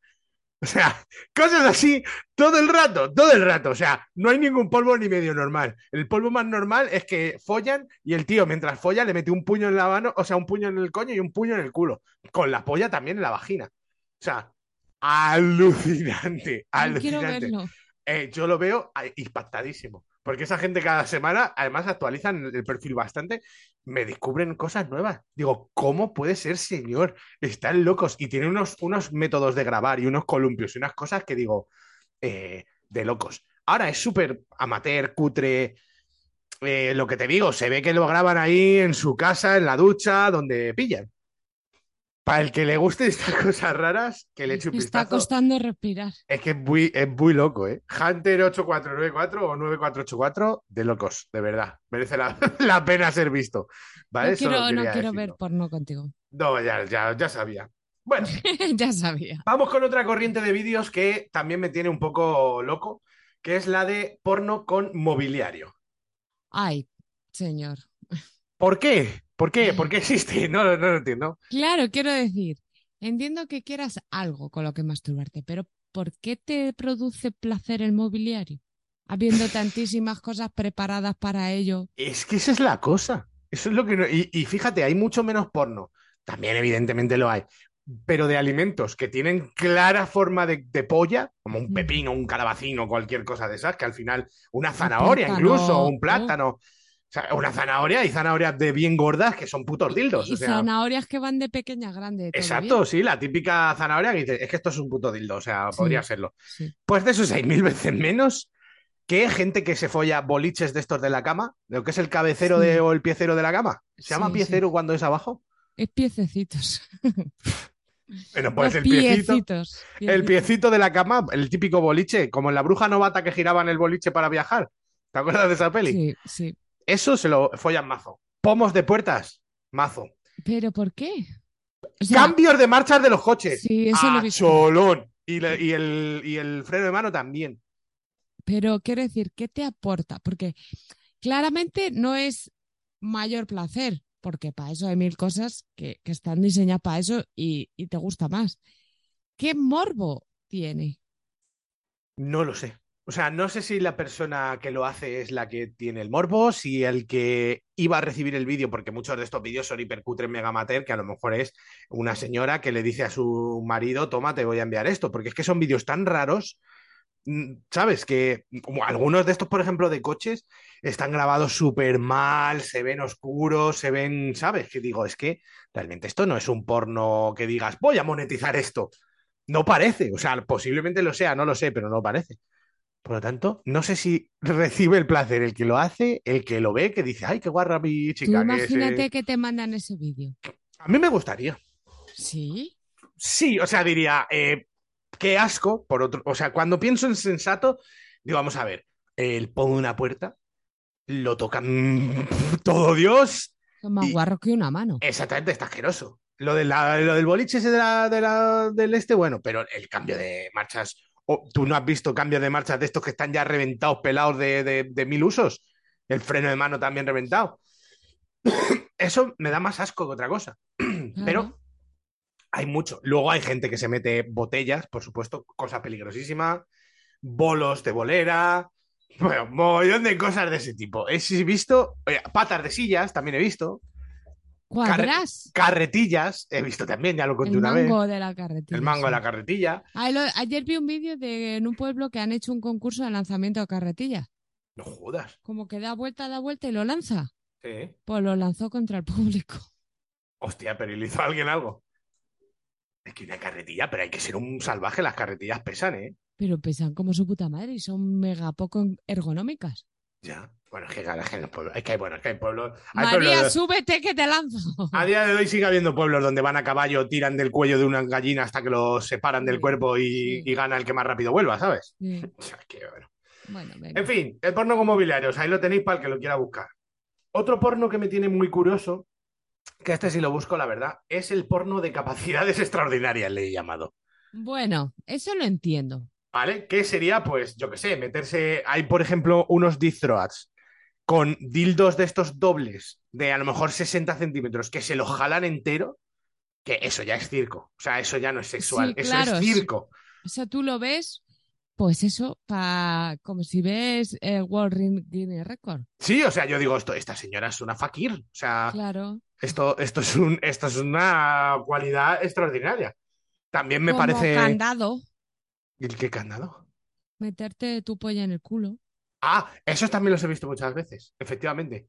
O sea, cosas así todo el rato, todo el rato. O sea, no hay ningún polvo ni medio normal. El polvo más normal es que follan y el tío, mientras folla, le mete un puño en la mano, o sea, un puño en el coño y un puño en el culo. Con la polla también en la vagina. O sea, alucinante,
Ay, quiero
alucinante.
verlo.
Eh, yo lo veo ah, impactadísimo. Porque esa gente cada semana, además, actualizan el- el perfil bastante, me descubren cosas nuevas. Digo, ¿cómo puede ser, señor? Están locos. Y tienen unos, unos métodos de grabar y unos columpios y unas cosas que digo, eh, de locos. Ahora es súper amateur, cutre. eh, lo que te digo, se ve que lo graban ahí en su casa, en la ducha, donde pillan. Para el que le guste estas cosas raras, que le eche un
Me está
vistazo.
costando respirar.
Es que es muy, es muy loco, ¿eh? Hunter 8494 o 9484, de locos, de verdad. Merece la, la pena ser visto. ¿Vale?
no
Solo
quiero, no
quería
quiero ver
decirlo.
porno contigo.
No, ya, ya, ya sabía. Bueno,
ya sabía.
vamos con otra corriente de vídeos que también me tiene un poco loco, que es la de porno con mobiliario.
Ay, señor.
¿Por qué? ¿Por qué? ¿Por qué existe? No, no, no lo entiendo.
Claro, quiero decir, entiendo que quieras algo con lo que masturbarte, pero ¿por qué te produce placer el mobiliario? Habiendo tantísimas cosas preparadas para ello.
Es que esa es la cosa. Eso es lo que no- Y, y fíjate, hay mucho menos porno. También, evidentemente, lo hay. Pero de alimentos que tienen clara forma de, de polla, como un
Mm.
pepino, un calabacín o cualquier cosa de esas, que al final, una zanahoria incluso,
plátano, ¿eh?
un plátano. O sea, una zanahoria y zanahorias de bien gordas que son putos dildos.
Y
o sea,
zanahorias que van de pequeña a grande. todo
exacto, sí, la típica zanahoria que dices, es que esto es un puto dildo, o sea,
Sí.
podría serlo.
bien. Sí.
Pues de esos hay mil veces menos que gente que se folla boliches de estos de la cama, lo que es el cabecero
Sí.
de, o el piecero de la cama. ¿Se
Sí,
llama
sí.
piecero cuando es abajo?
Es piececitos.
Bueno, pues
Los
el piecito,
piecitos,
el
piecitos.
piecito de la cama, el típico boliche, como en la bruja novata que giraban el boliche para viajar. ¿Te acuerdas de esa peli?
Sí, sí.
Eso se lo follan mazo. Pomos de puertas, mazo.
¿Pero por qué? O sea,
Cambios de marchas de los coches.
sí, eso lo he
¡A
visto.
cholón! Y, le- y el, y el freno de mano también.
Pero quiero decir, ¿qué te aporta? Porque claramente no es mayor placer, porque para eso hay mil cosas que, que están diseñadas para eso y, y te gusta más. ¿Qué morbo tiene?
No lo sé. O sea, no sé si la persona que lo hace es la que tiene el morbo, si el que iba a recibir el vídeo, porque muchos de estos vídeos son hipercutres mega amateur, que a lo mejor es una señora que le dice a su marido, toma, te voy a enviar esto, porque es que son vídeos tan raros mm, ¿sabes? Que mm, como algunos de estos, por ejemplo, de coches, están grabados súper mal, se ven oscuros, se ven, ¿sabes? Que digo, es que realmente esto no es un porno que digas, voy a monetizar esto. No parece, o sea, posiblemente lo sea, no lo sé, pero no parece. Por lo tanto, no sé si recibe el placer el que lo hace, el que lo ve, que dice, ay, qué guarra mi
Tú
chica. que se-".
imagínate que te mandan ese vídeo.
A mí me gustaría.
Sí.
Sí, o sea, diría, eh, qué asco, por otro, o sea, cuando pienso en sensato, digo, vamos a ver, él pone una puerta, lo toca mm, todo Dios,
Son más
Y-
guarros que una mano.
exactamente, está asqueroso. Lo, de la- lo del boliche ese de la- de la- del este, bueno, pero el cambio de marchas, o tú no has visto cambios de marchas de estos que están ya reventados, pelados de, de- de mil usos, el freno de mano también reventado. Eso me da más asco que otra cosa. Pero
Claro.
hay mucho. Luego hay gente que se mete botellas, por supuesto, cosa peligrosísima, bolos de bolera, bueno, mogollón de cosas de ese tipo. He sí visto eh, patas de sillas, también he visto,
¿Cuadras?
carretillas, he visto también, ya lo conté
El
una vez,
mango de la carretera.
el mango de
sí.
la carretilla.
Ah, lo- Ayer vi un vídeo de en un pueblo que han hecho un concurso de lanzamiento de carretillas.
No jodas.
Como que da vuelta, da vuelta y lo lanza.
Sí.
Pues lo lanzó contra el público.
Hostia, pero ¿y le hizo a alguien algo? Es que una carretilla, pero hay que ser un salvaje, las carretillas pesan, ¿eh?
Pero pesan como su puta madre y son mega poco ergonómicas.
Ya. Bueno, es que, es que en los pueblos, es que hay, bueno, es que hay pueblos, hay pueblos
María,
de-
súbete que te lanzo.
A día de hoy sigue habiendo pueblos donde van a caballo, tiran del cuello de una gallina hasta que lo separan del
Sí,
cuerpo y,
sí.
y gana el que más rápido vuelva, ¿sabes?
Sí,
O sea, que, bueno.
Bueno, venga.
En fin, el porno con mobiliarios, ahí lo tenéis para el que lo quiera buscar. Otro porno que me tiene muy curioso, que este sí lo busco, la verdad, es el porno de capacidades extraordinarias, le he llamado.
Bueno, eso lo entiendo.
¿Vale? Que sería, pues, yo qué sé, meterse. Hay, por ejemplo, unos distroads con dildos de estos dobles de a lo mejor 60 centímetros que se lo jalan entero, que eso ya es circo. O sea, eso ya no es sexual,
Sí,
eso
claro,
es
sí.
circo.
O sea, tú lo ves, pues eso, pa, como si ves el World Ring- Guinness Record.
Sí, o sea, yo digo, esto, esta señora es una fakir. O sea,
Claro.
esto, esto, es un, esto es una cualidad extraordinaria. También me
como
parece.
candado,
¿El qué candado?
meterte tu polla en el culo.
Ah, esos también los he visto muchas veces, efectivamente.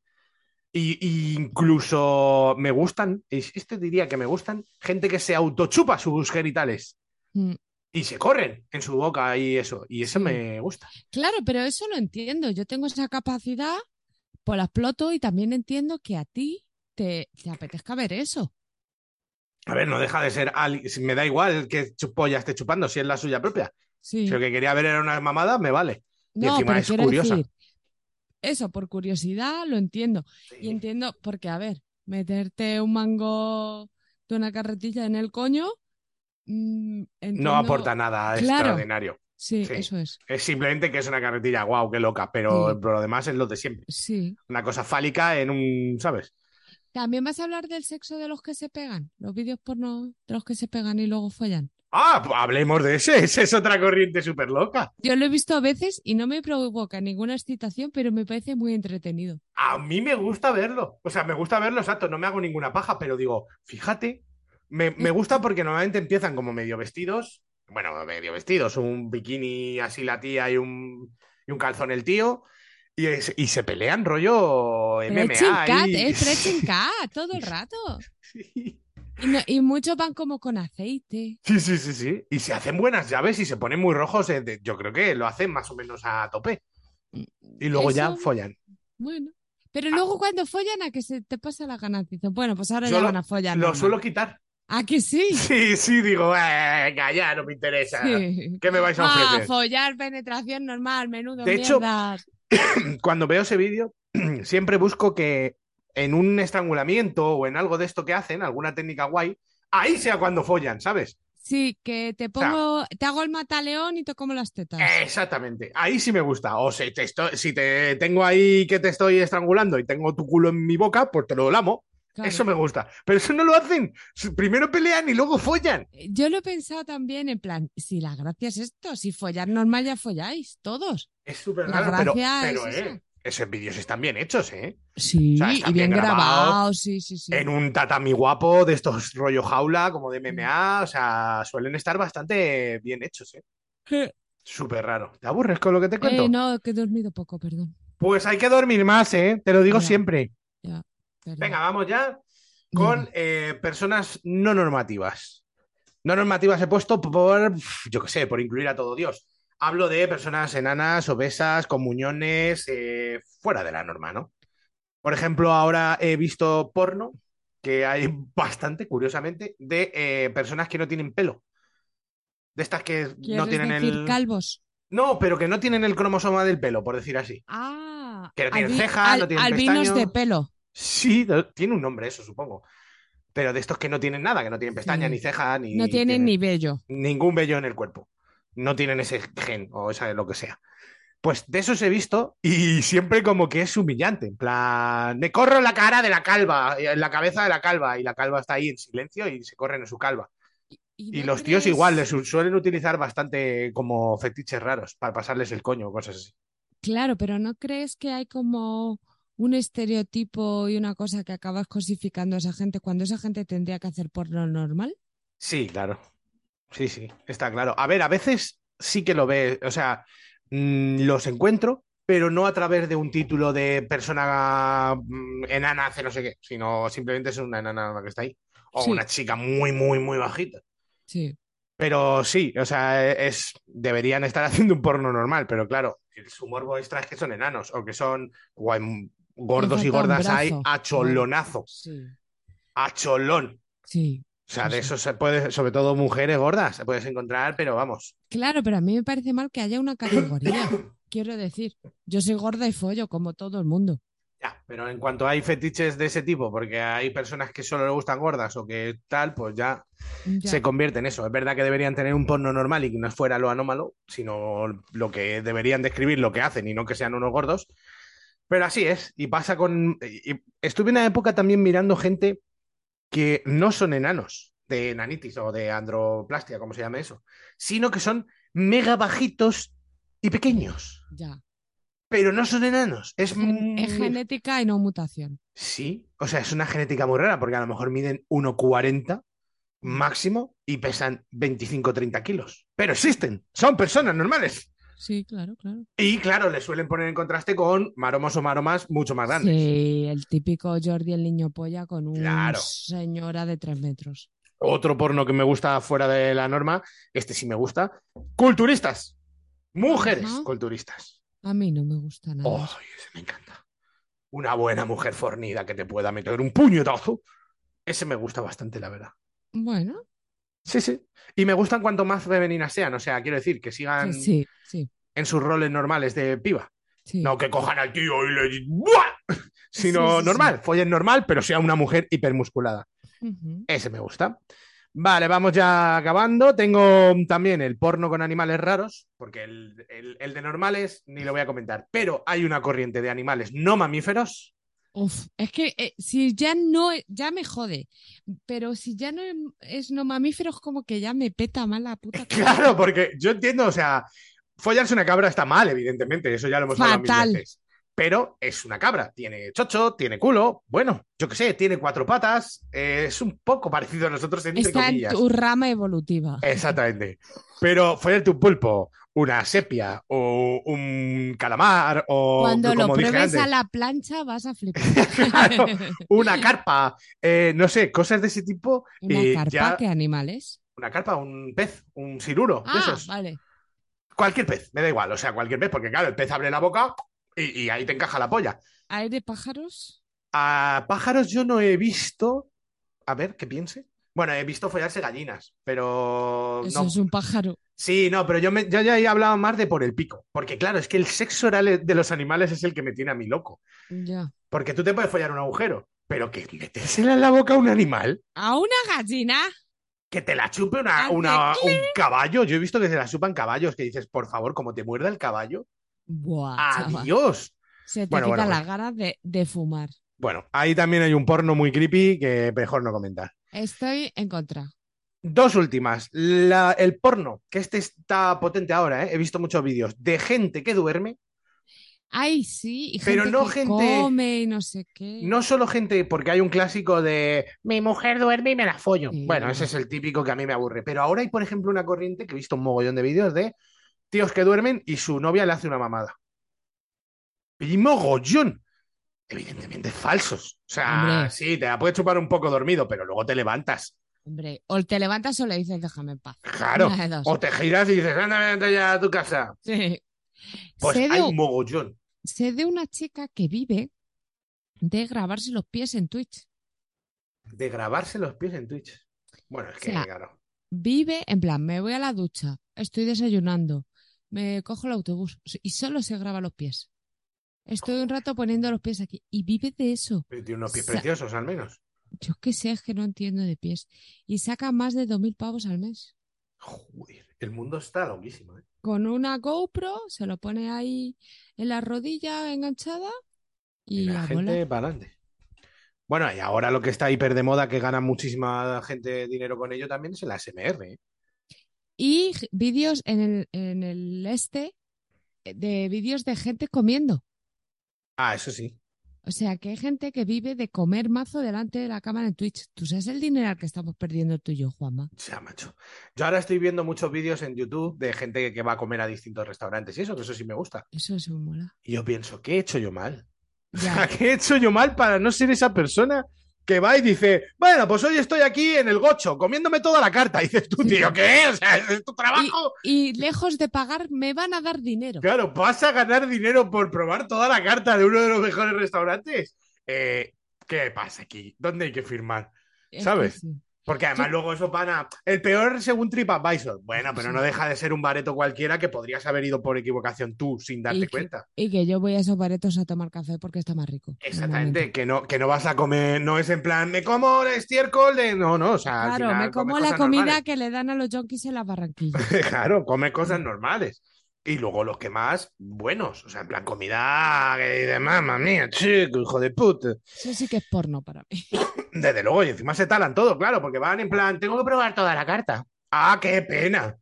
Y, y incluso me gustan, este diría que me gustan, gente que se autochupa sus genitales
Mm.
y se corren en su boca y eso. Y eso
Sí.
me gusta.
Claro, pero eso lo entiendo. Yo tengo esa capacidad, pues la exploto y también entiendo que a ti te, te apetezca ver eso.
A ver, no deja de ser, al- si me da igual que chupolla esté chupando, si es la suya propia.
Sí.
Si lo que quería ver era una mamada, me vale. y
no,
encima
pero
es
quiero
curiosa.
decir, eso por curiosidad lo entiendo. Y entiendo, porque a ver, meterte un mango de una carretilla en el coño, mm,
No
entiendo-
aporta nada
Claro.
extraordinario.
Sí,
Sí.
eso es.
Es simplemente que es una carretilla, guau, qué loca, pero
Sí.
pero lo demás es lo de siempre.
Sí.
Una cosa fálica en un, ¿sabes?
También vas a hablar del sexo de los que se pegan, los vídeos porno de los que se pegan y luego follan.
Ah, pues hablemos de ese. Esa es otra corriente súper loca.
Yo lo he visto a veces y no me provoca ninguna excitación, pero me parece muy entretenido.
A mí me gusta verlo. O sea, me gusta verlo, exacto. No me hago ninguna paja, pero digo, fíjate. Me,
Mm.
me gusta porque normalmente empiezan como medio vestidos. Bueno, medio vestidos. Un bikini así la tía y un, y un calzón el tío. Y, es- y se pelean rollo MMA.
Stretching
ahí.
cat, es stretching cat todo el rato.
Sí,
Y, no- y muchos van como con aceite.
sí, sí, sí, sí. Y se hacen buenas llaves y se ponen muy rojos. eh, de- Yo creo que lo hacen más o menos a tope. Y luego ya
Mm, Eso-
follan.
Bueno.
Ah.
Pero luego cuando follan a que se te pasa la ganancia. Dicen, Bueno, pues ahora
Yo
ya
lo-
van a follar.
Lo
normal".
suelo quitar.
¿A que sí?
Sí, sí, digo, venga, ya no me interesa.
Sí.
¿Qué me vais a
Ah,
ofrecer?
follar, penetración normal, menudo
De hecho,
mierdas.
Cuando veo ese vídeo, siempre busco que en un estrangulamiento o en algo de esto que hacen, alguna técnica guay, ahí sea cuando follan, ¿sabes?
Sí, que te
sea, Eh,
pongo, te hago el mataleón y te como las tetas.
Exactamente, ahí sí me gusta. O si te, estoy- si te tengo ahí que te estoy estrangulando y tengo tu culo en mi boca, pues te lo lamo.
Claro.
Eso me gusta. Pero eso no lo hacen. Primero pelean y luego follan.
Eh, Yo lo he pensado también en plan, si la gracia es esto, si follar normal ya folláis, todos.
Es súper
La
raro, pero,
gracia
pero,
es
eh,
esa.
esos vídeos están bien hechos, ¿eh?
Sí,
sea, está
y bien
bien grabado,
grabado, sí, sí, sí.
en un tatami guapo de estos rollo jaula, como de MMA, o sea, suelen estar bastante bien hechos, ¿eh? Súper raro. ¿Te aburres con lo que te cuento?
Eh, no, que he dormido poco, perdón.
Pues hay que dormir más, ¿eh? Te lo digo
Ya.
siempre.
perdón.
Venga, vamos ya con eh, personas no normativas. No normativas he puesto por, pf, yo qué sé, por incluir a todo Dios. Hablo de personas enanas, obesas, con muñones, eh, fuera de la norma, ¿no? Por ejemplo, ahora he visto porno, que hay bastante, curiosamente, de eh, personas que no tienen pelo. De estas que no
¿Quieres
tienen
decir
el...
calvos?
No, pero que no tienen el cromosoma del pelo, por decir así.
Ah,
Que no tienen
albi-
ceja, no tienen
albinos de
pestañas.
pelo.
Sí, do- tiene un nombre eso, supongo. Pero de estos que no tienen nada, que no tienen pestaña,
Sí.
ni ceja, ni
No tienen ni vello.
ningún vello en el cuerpo. No tienen ese gen o esa lo que sea. Pues de esos he visto y siempre como que es humillante. En plan, me corro la cara de la calva, eh, la cabeza de la calva y la calva está ahí en silencio y se corren en su calva. Y
no
los tíos
crees-
igual, les su- suelen utilizar bastante como fetiches raros para pasarles el coño o cosas así.
Claro, pero ¿no crees que hay como un estereotipo y una cosa que acabas cosificando a esa gente cuando esa gente tendría que hacer porno normal?
Sí, claro. Sí, sí, está claro. A ver, a veces sí que lo ves, o sea, mm, los encuentro, pero no a través de un título de persona mm, enana hace no sé qué, sino simplemente es una enana la que está ahí. O
Sí.
una chica muy, muy, muy bajita.
Sí.
Pero sí, o sea, e, es, deberían estar haciendo un porno normal, pero claro, el su morbo extra es que son enanos o que son guay, gordos
Le
y
falta un
gordas hay
brazo.
a cholonazo,
Sí.
a cholón.
Sí.
O sea,
Sí,
de
sí.
eso se puede, sobre todo mujeres gordas, se puedes encontrar, pero vamos.
Claro, pero a mí me parece mal que haya una categoría. Quiero decir, yo soy gorda y follo, como todo el mundo.
Ya, pero en cuanto hay fetiches de ese tipo, porque hay personas que solo le gustan gordas o que tal, pues ya,
Ya.
se convierte en eso. Es verdad que deberían tener un porno normal y que no fuera lo anómalo, sino lo que deberían describir lo que hacen y no que sean unos gordos. Pero así es, y pasa con... y- y estuve una época también mirando gente que no son enanos, de enanitis o de androplastia, como se llame eso, sino que son mega bajitos y pequeños,
ya.
pero no son enanos. Es,
Gen- Es
muy-
genética y no mutación.
Sí, o sea, es una genética muy rara porque a lo mejor miden 1,40 máximo y pesan 25-30 kilos. Pero existen, son personas normales.
Sí, claro, claro.
Y claro, le suelen poner en contraste con maromos o maromas mucho más grandes.
Sí, el típico Jordi el niño polla con una
Claro.
señora de tres metros.
Otro porno que me gusta fuera de la norma, este sí me gusta, culturistas. Mujeres
Ajá. Mm.
culturistas.
A mí no me gusta nada.
¡Ay, ese me encanta! Una buena mujer fornida que te pueda meter un puñetazo. Ese me gusta bastante, la verdad.
Bueno,
Sí, sí. Y me gustan cuanto más femeninas sean. O sea, quiero decir, que sigan
sí, sí,
en sus roles normales de piba.
sí.
No que cojan al tío y le... ¡Buah! Sino
Sí, sí, sí.
normal, follen normal, pero sea una mujer hipermusculada.
Ujú.
Ese me gusta. Vale, vamos ya acabando. Tengo también el porno con animales raros, porque el, el- el de normales ni lo voy a comentar. Pero hay una corriente de animales no mamíferos.
Uf, es que eh, si ya no, e- ya me jode, pero si ya no em- es no mamíferos, como que ya me peta mal la puta cabeza.
Claro, porque yo entiendo, o sea, follarse una cabra está mal, evidentemente, eso ya lo hemos hablado mil
Fatal.
veces. Pero es una cabra, tiene chocho, tiene culo, bueno, yo qué sé, tiene cuatro patas, eh, es un poco parecido a nosotros entre
Está en
comillas. Eh,
tu rama evolutiva.
Exactamente. Pero follarte un pulpo, una sepia o un calamar o
Cuando lo
como dije
pruebes a
antes,
la plancha vas a flipar.
Claro. una carpa, eh, no sé, cosas de ese tipo
Una
y
carpa,
ya
¿qué animales?
una carpa, un pez, un siluro, de
Ah,
esos.
vale.
Cualquier pez, me da igual, o sea, cualquier pez, porque claro, el pez abre la boca y, y ahí te encaja la polla.
¿Hay de pájaros?
A pájaros yo no he visto. A ver, ¿qué piense? Bueno, he visto follarse gallinas, pero
Eso
no.
es un pájaro.
Sí, no, pero yo, me, yo ya he hablado más de por el pico. Porque claro, es que el sexo oral de los animales es el que me tiene a mí loco.
Ya.
Porque tú te puedes follar un agujero, pero que metérsela en la boca a un animal,
A una gallina.
que te la chupe una,
Hace
una- un caballo. Yo he visto que se la chupan caballos, que dices, por favor, como te muerda el caballo,
Buah, chaval.
adiós.
Se te
Ah, Bueno,
quita
bueno,
las ganas de, de fumar.
Bueno, ahí también hay un porno muy creepy que mejor no comentar.
Estoy en contra.
Dos últimas. La- el porno, que este está potente ahora, ¿eh? He visto muchos vídeos de gente que duerme,
Ay, sí, y
Pero
gente
no
que
gente-
come y no sé qué.
no solo gente, porque hay un clásico de mi mujer duerme y me la follo.
Sí.
Bueno, ese es el típico que a mí me aburre. Pero ahora hay, por ejemplo, una corriente que he visto un mogollón de vídeos de tíos que duermen y su novia le hace una mamada. Y mogollón. Evidentemente falsos. O sea,
Hombre.
sí, te la puedes chupar un poco dormido, pero luego te levantas.
Hombre, o te levantas o le dices, déjame en paz.
Claro.
Una de dos.
O te giras y dices, ándame, ándate ya a tu casa.
Sí.
Pues
Sé de
hay
un-
un mogollón.
sé de una chica que vive de grabarse los pies en Twitch.
De grabarse los pies en Twitch. Bueno, es que,
O sea,
claro.
Vive, en plan, me voy a la ducha, estoy desayunando, me cojo el autobús y solo se graba los pies. Estoy un rato poniendo los pies aquí y vive de eso.
Pero eh, Tiene unos pies
sa-
preciosos, al menos.
Yo qué sé, es que no entiendo de pies. Y saca más de 2.000 pavos al mes.
Joder, el mundo está loquísimo, ¿eh?
Con una GoPro se lo pone ahí en la rodilla enganchada y
la
a
gente
volar.
para adelante. Bueno, y ahora lo que está hiper de moda, que gana muchísima gente dinero con ello también, es el ASMR. ¿eh?
Y g- vídeos en el, en el este eh, de vídeos de gente comiendo.
Ah, eso sí.
O sea, que hay gente que vive de comer mazo delante de la cámara en Twitch. ¿Tú sabes el dinero que estamos perdiendo tú y yo, Juanma?
O sea, macho. Yo ahora estoy viendo muchos vídeos en YouTube de gente que va a comer a distintos restaurantes y eso, que eso sí me gusta.
Eso se me mola.
Y yo pienso, ¿qué he hecho yo mal?
Ya,
¿Qué he hecho yo mal para no ser esa persona que va y dice, bueno, pues hoy estoy aquí en el gocho, comiéndome toda la carta? Y dices tú, tío, ¿qué? O sea, ¿es tu trabajo?
Y lejos de pagar, me van a dar dinero.
Claro, vas a ganar dinero por probar toda la carta de uno de los mejores restaurantes. Eh, ¿qué pasa aquí? ¿Dónde hay que firmar?
Es que
¿sabes?
sí.
Porque además
Yo-
luego eso van a... El peor según TripAdvisor. Bueno, pero no deja de ser un bareto cualquiera que podrías haber ido por equivocación tú sin darte
Y que-
cuenta.
Y que yo voy a esos baretos a tomar café porque está más rico.
Exactamente, que no, que no vas a comer, no es en plan, me como el estiércol de... No, no, o sea, al
Claro,
final
me como
comes
la
cosas
comida
normales.
que le dan a los yonkis en la barranquilla.
Claro, come cosas normales. Y luego los que más buenos, o sea, en plan comida que dices, mamma mía, chico, hijo de puta.
Eso sí que es porno para mí.
Desde luego, y encima se talan todo, claro, porque van en plan, tengo que probar toda la carta. Ah, qué pena.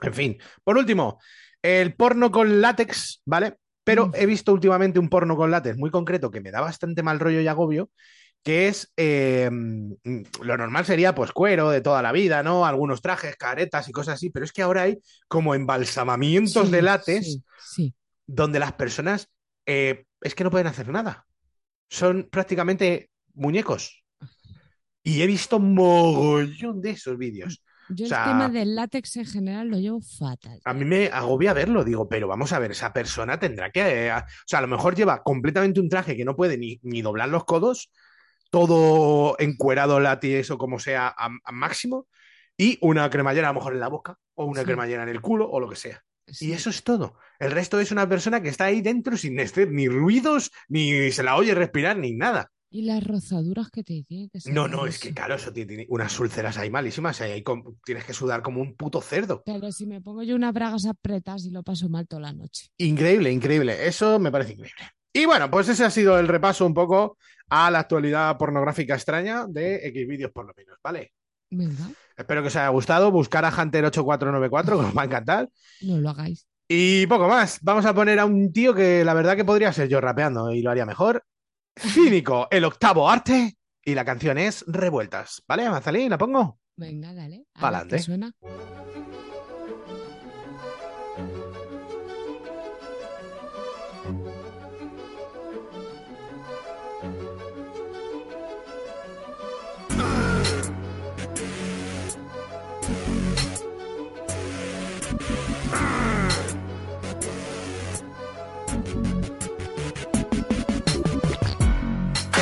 En fin, por último, el porno con látex, ¿vale? Pero
Mm.
he visto últimamente un porno con látex muy concreto que me da bastante mal rollo y agobio, que es, eh, mm, lo normal sería pues cuero de toda la vida, ¿no? Algunos trajes, caretas y cosas así, pero es que ahora hay como embalsamamientos
Sí,
de látex
Sí, sí.
donde las personas eh, es que no pueden hacer nada. Son prácticamente muñecos. Y he visto mogollón de esos vídeos.
Yo
O sea-
el tema del látex en general lo llevo fatal.
A mí me agobia verlo, digo, pero vamos a ver, esa persona tendrá que... eh, a- o sea, a lo mejor lleva completamente un traje que no puede ni, ni doblar los codos, todo encuerado, látex o como sea, a, a máximo, y una cremallera a lo mejor en la boca, o una
Sí.
cremallera en el culo, o lo que sea.
Sí.
Y eso es todo. El resto es una persona que está ahí dentro sin hacer ni ruidos, ni se la oye respirar, ni nada.
Y las rozaduras que te tienen que
No,
sacar
no, es
eso.
que claro, eso tiene, tiene unas úlceras ahí malísimas. Ahí hay com- tienes que sudar como un puto cerdo.
Pero si me pongo yo unas bragas apretas y lo paso mal toda la noche.
Increíble, increíble. Eso me parece increíble. Y bueno, pues ese ha sido el repaso un poco a la actualidad pornográfica extraña de X vídeos por lo menos, ¿vale?
Venga,
Espero que os haya gustado. Buscar a Hunter8494, que os va a encantar.
no lo hagáis.
Y poco más. Vamos a poner a un tío que la verdad que podría ser yo rapeando y lo haría mejor. Cínico, el octavo arte. Y la canción es Revueltas. ¿Vale, Mazalín? ¿La pongo?
Venga, dale. A ver
Pa'lante.
qué suena?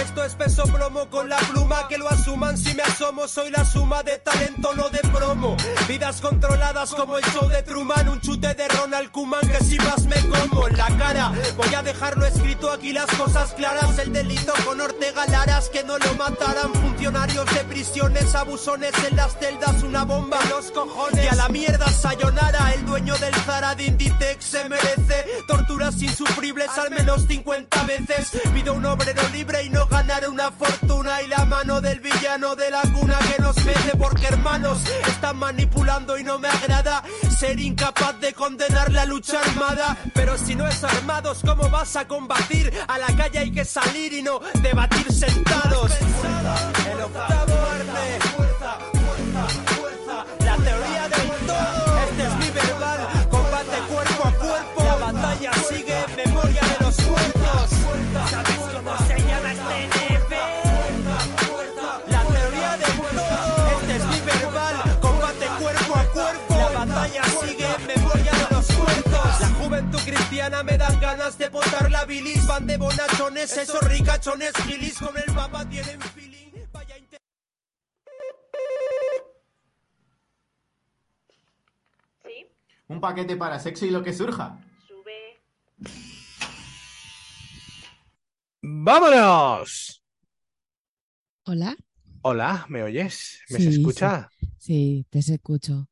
Esto es peso promo con la pluma que lo asuman si me asomo. Soy la suma de talento, no de promo. Vidas controladas como el show de Truman. Un chute de Ronald Kuman que si más me como en la cara. Voy a dejarlo escrito aquí las cosas claras. El delito con Ortega Laras que no lo mataran. Funcionarios de prisiones, abusones en las celdas. Una bomba en los cojones. Y a la mierda, Sayonara. El dueño del Zara de Inditex se merece torturas insufribles al menos 50 veces. Pido un obrero libre y no ganar una fortuna y la mano del villano de la cuna que nos mete porque hermanos están manipulando y no me agrada ser incapaz de condenar la lucha armada. Pero si no es armados, ¿cómo vas a combatir? A la calle hay que salir y no debatir sentados. El octavo arte. La teoría del todo. Este es mi verbal. Combate este Este cristiana me dan ganas de botar la bilis. Van de bonachones, esos ricachones gilis con el papa tienen feeling. Vaya inte-
Sí,
Un paquete para sexo y lo que surja.
sube.
¡Vámonos!
Hola.
Hola, ¿me oyes? ¿Me
Sí,
se
sí.
escucha?
Sí, te escucho.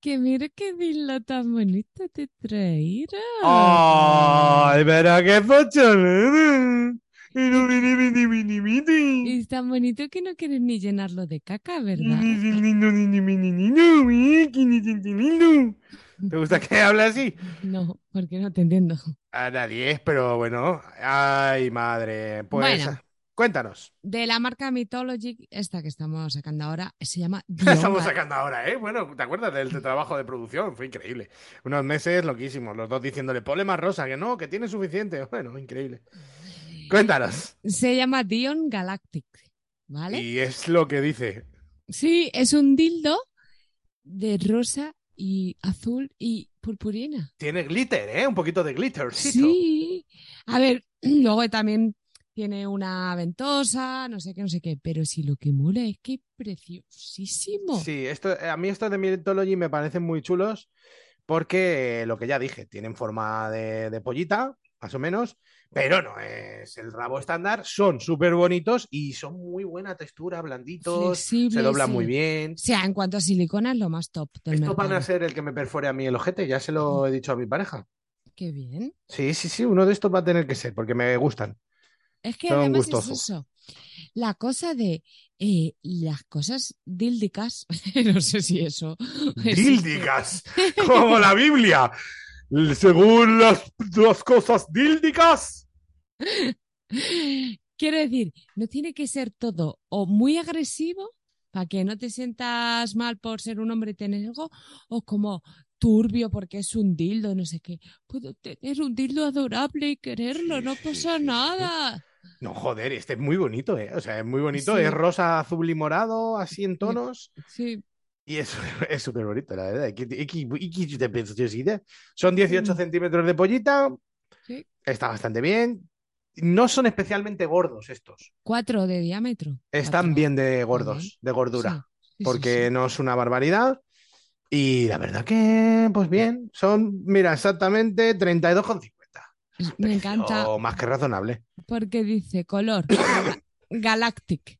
Que mira qué dilo tan bonito te traíra.
¡Ay, pero qué pochonera!
Es tan bonito que no quieres ni llenarlo de caca, ¿verdad?
¿Te gusta que hable así?
No, porque no te entiendo.
A nadie, pero bueno. Ay, madre. Pues
Bueno.
cuéntanos.
De la marca Mythology, esta que estamos sacando ahora, se llama
¿Qué estamos
Dionga.
sacando ahora, ¿eh? Bueno, ¿te acuerdas del trabajo de producción? Fue increíble. Unos meses loquísimos, los dos diciéndole, ponle más rosa, que no, que tiene suficiente. Bueno, increíble. Cuéntanos.
Se llama Dion Galactic, ¿vale?
Y es lo que dice.
Sí, es un dildo de rosa y azul y purpurina.
Tiene glitter, ¿eh? Un poquito de glitter.
Sí. A ver, luego también tiene una ventosa, no sé qué, no sé qué, pero si lo que mola es que es preciosísimo.
Sí, esto, eh, a mí estos de Mythology me parecen muy chulos porque eh, lo que ya dije, tienen forma de, de pollita, más o menos, pero no es el rabo estándar. Son súper bonitos y son muy buena textura, blanditos, se
Flexible,
doblan
sí.
muy bien.
O sea, en cuanto a silicona es lo más top del
Esto van a
mercado.
ser el que me perfore a mí el ojete, ya se lo he dicho a mi pareja.
Qué bien.
Sí, sí, sí, uno de estos va a tener que ser porque me gustan.
Es que
Son
además es
gustosos.
eso. La cosa de eh, las cosas díldicas, no sé si eso. existe.
Díldicas, como la Biblia. Según las dos cosas díldicas.
Quiero decir, no tiene que ser todo o muy agresivo para que no te sientas mal por ser un hombre y tener algo, o como turbio porque es un dildo, no sé qué. Puedo tener un dildo adorable y quererlo, no pasa nada.
No, joder, este es muy bonito, ¿eh? O sea, es muy bonito,
Sí.
es rosa, azul y morado, así en tonos.
Sí,
Y es es súper bonito, la verdad. ¿Qué- qué- qué- qué te piensas, tío, sí, eh? Son 18 centímetros de pollita,
Mm. sí.
está bastante bien. No son especialmente gordos estos.
Cuatro de diámetro.
Están bien de gordos, de gordura,
sí,
porque no es una barbaridad. Y la verdad que, pues bien, son, mira, exactamente 32,5.
Es- Me encanta
O más que razonable.
porque dice color galactic.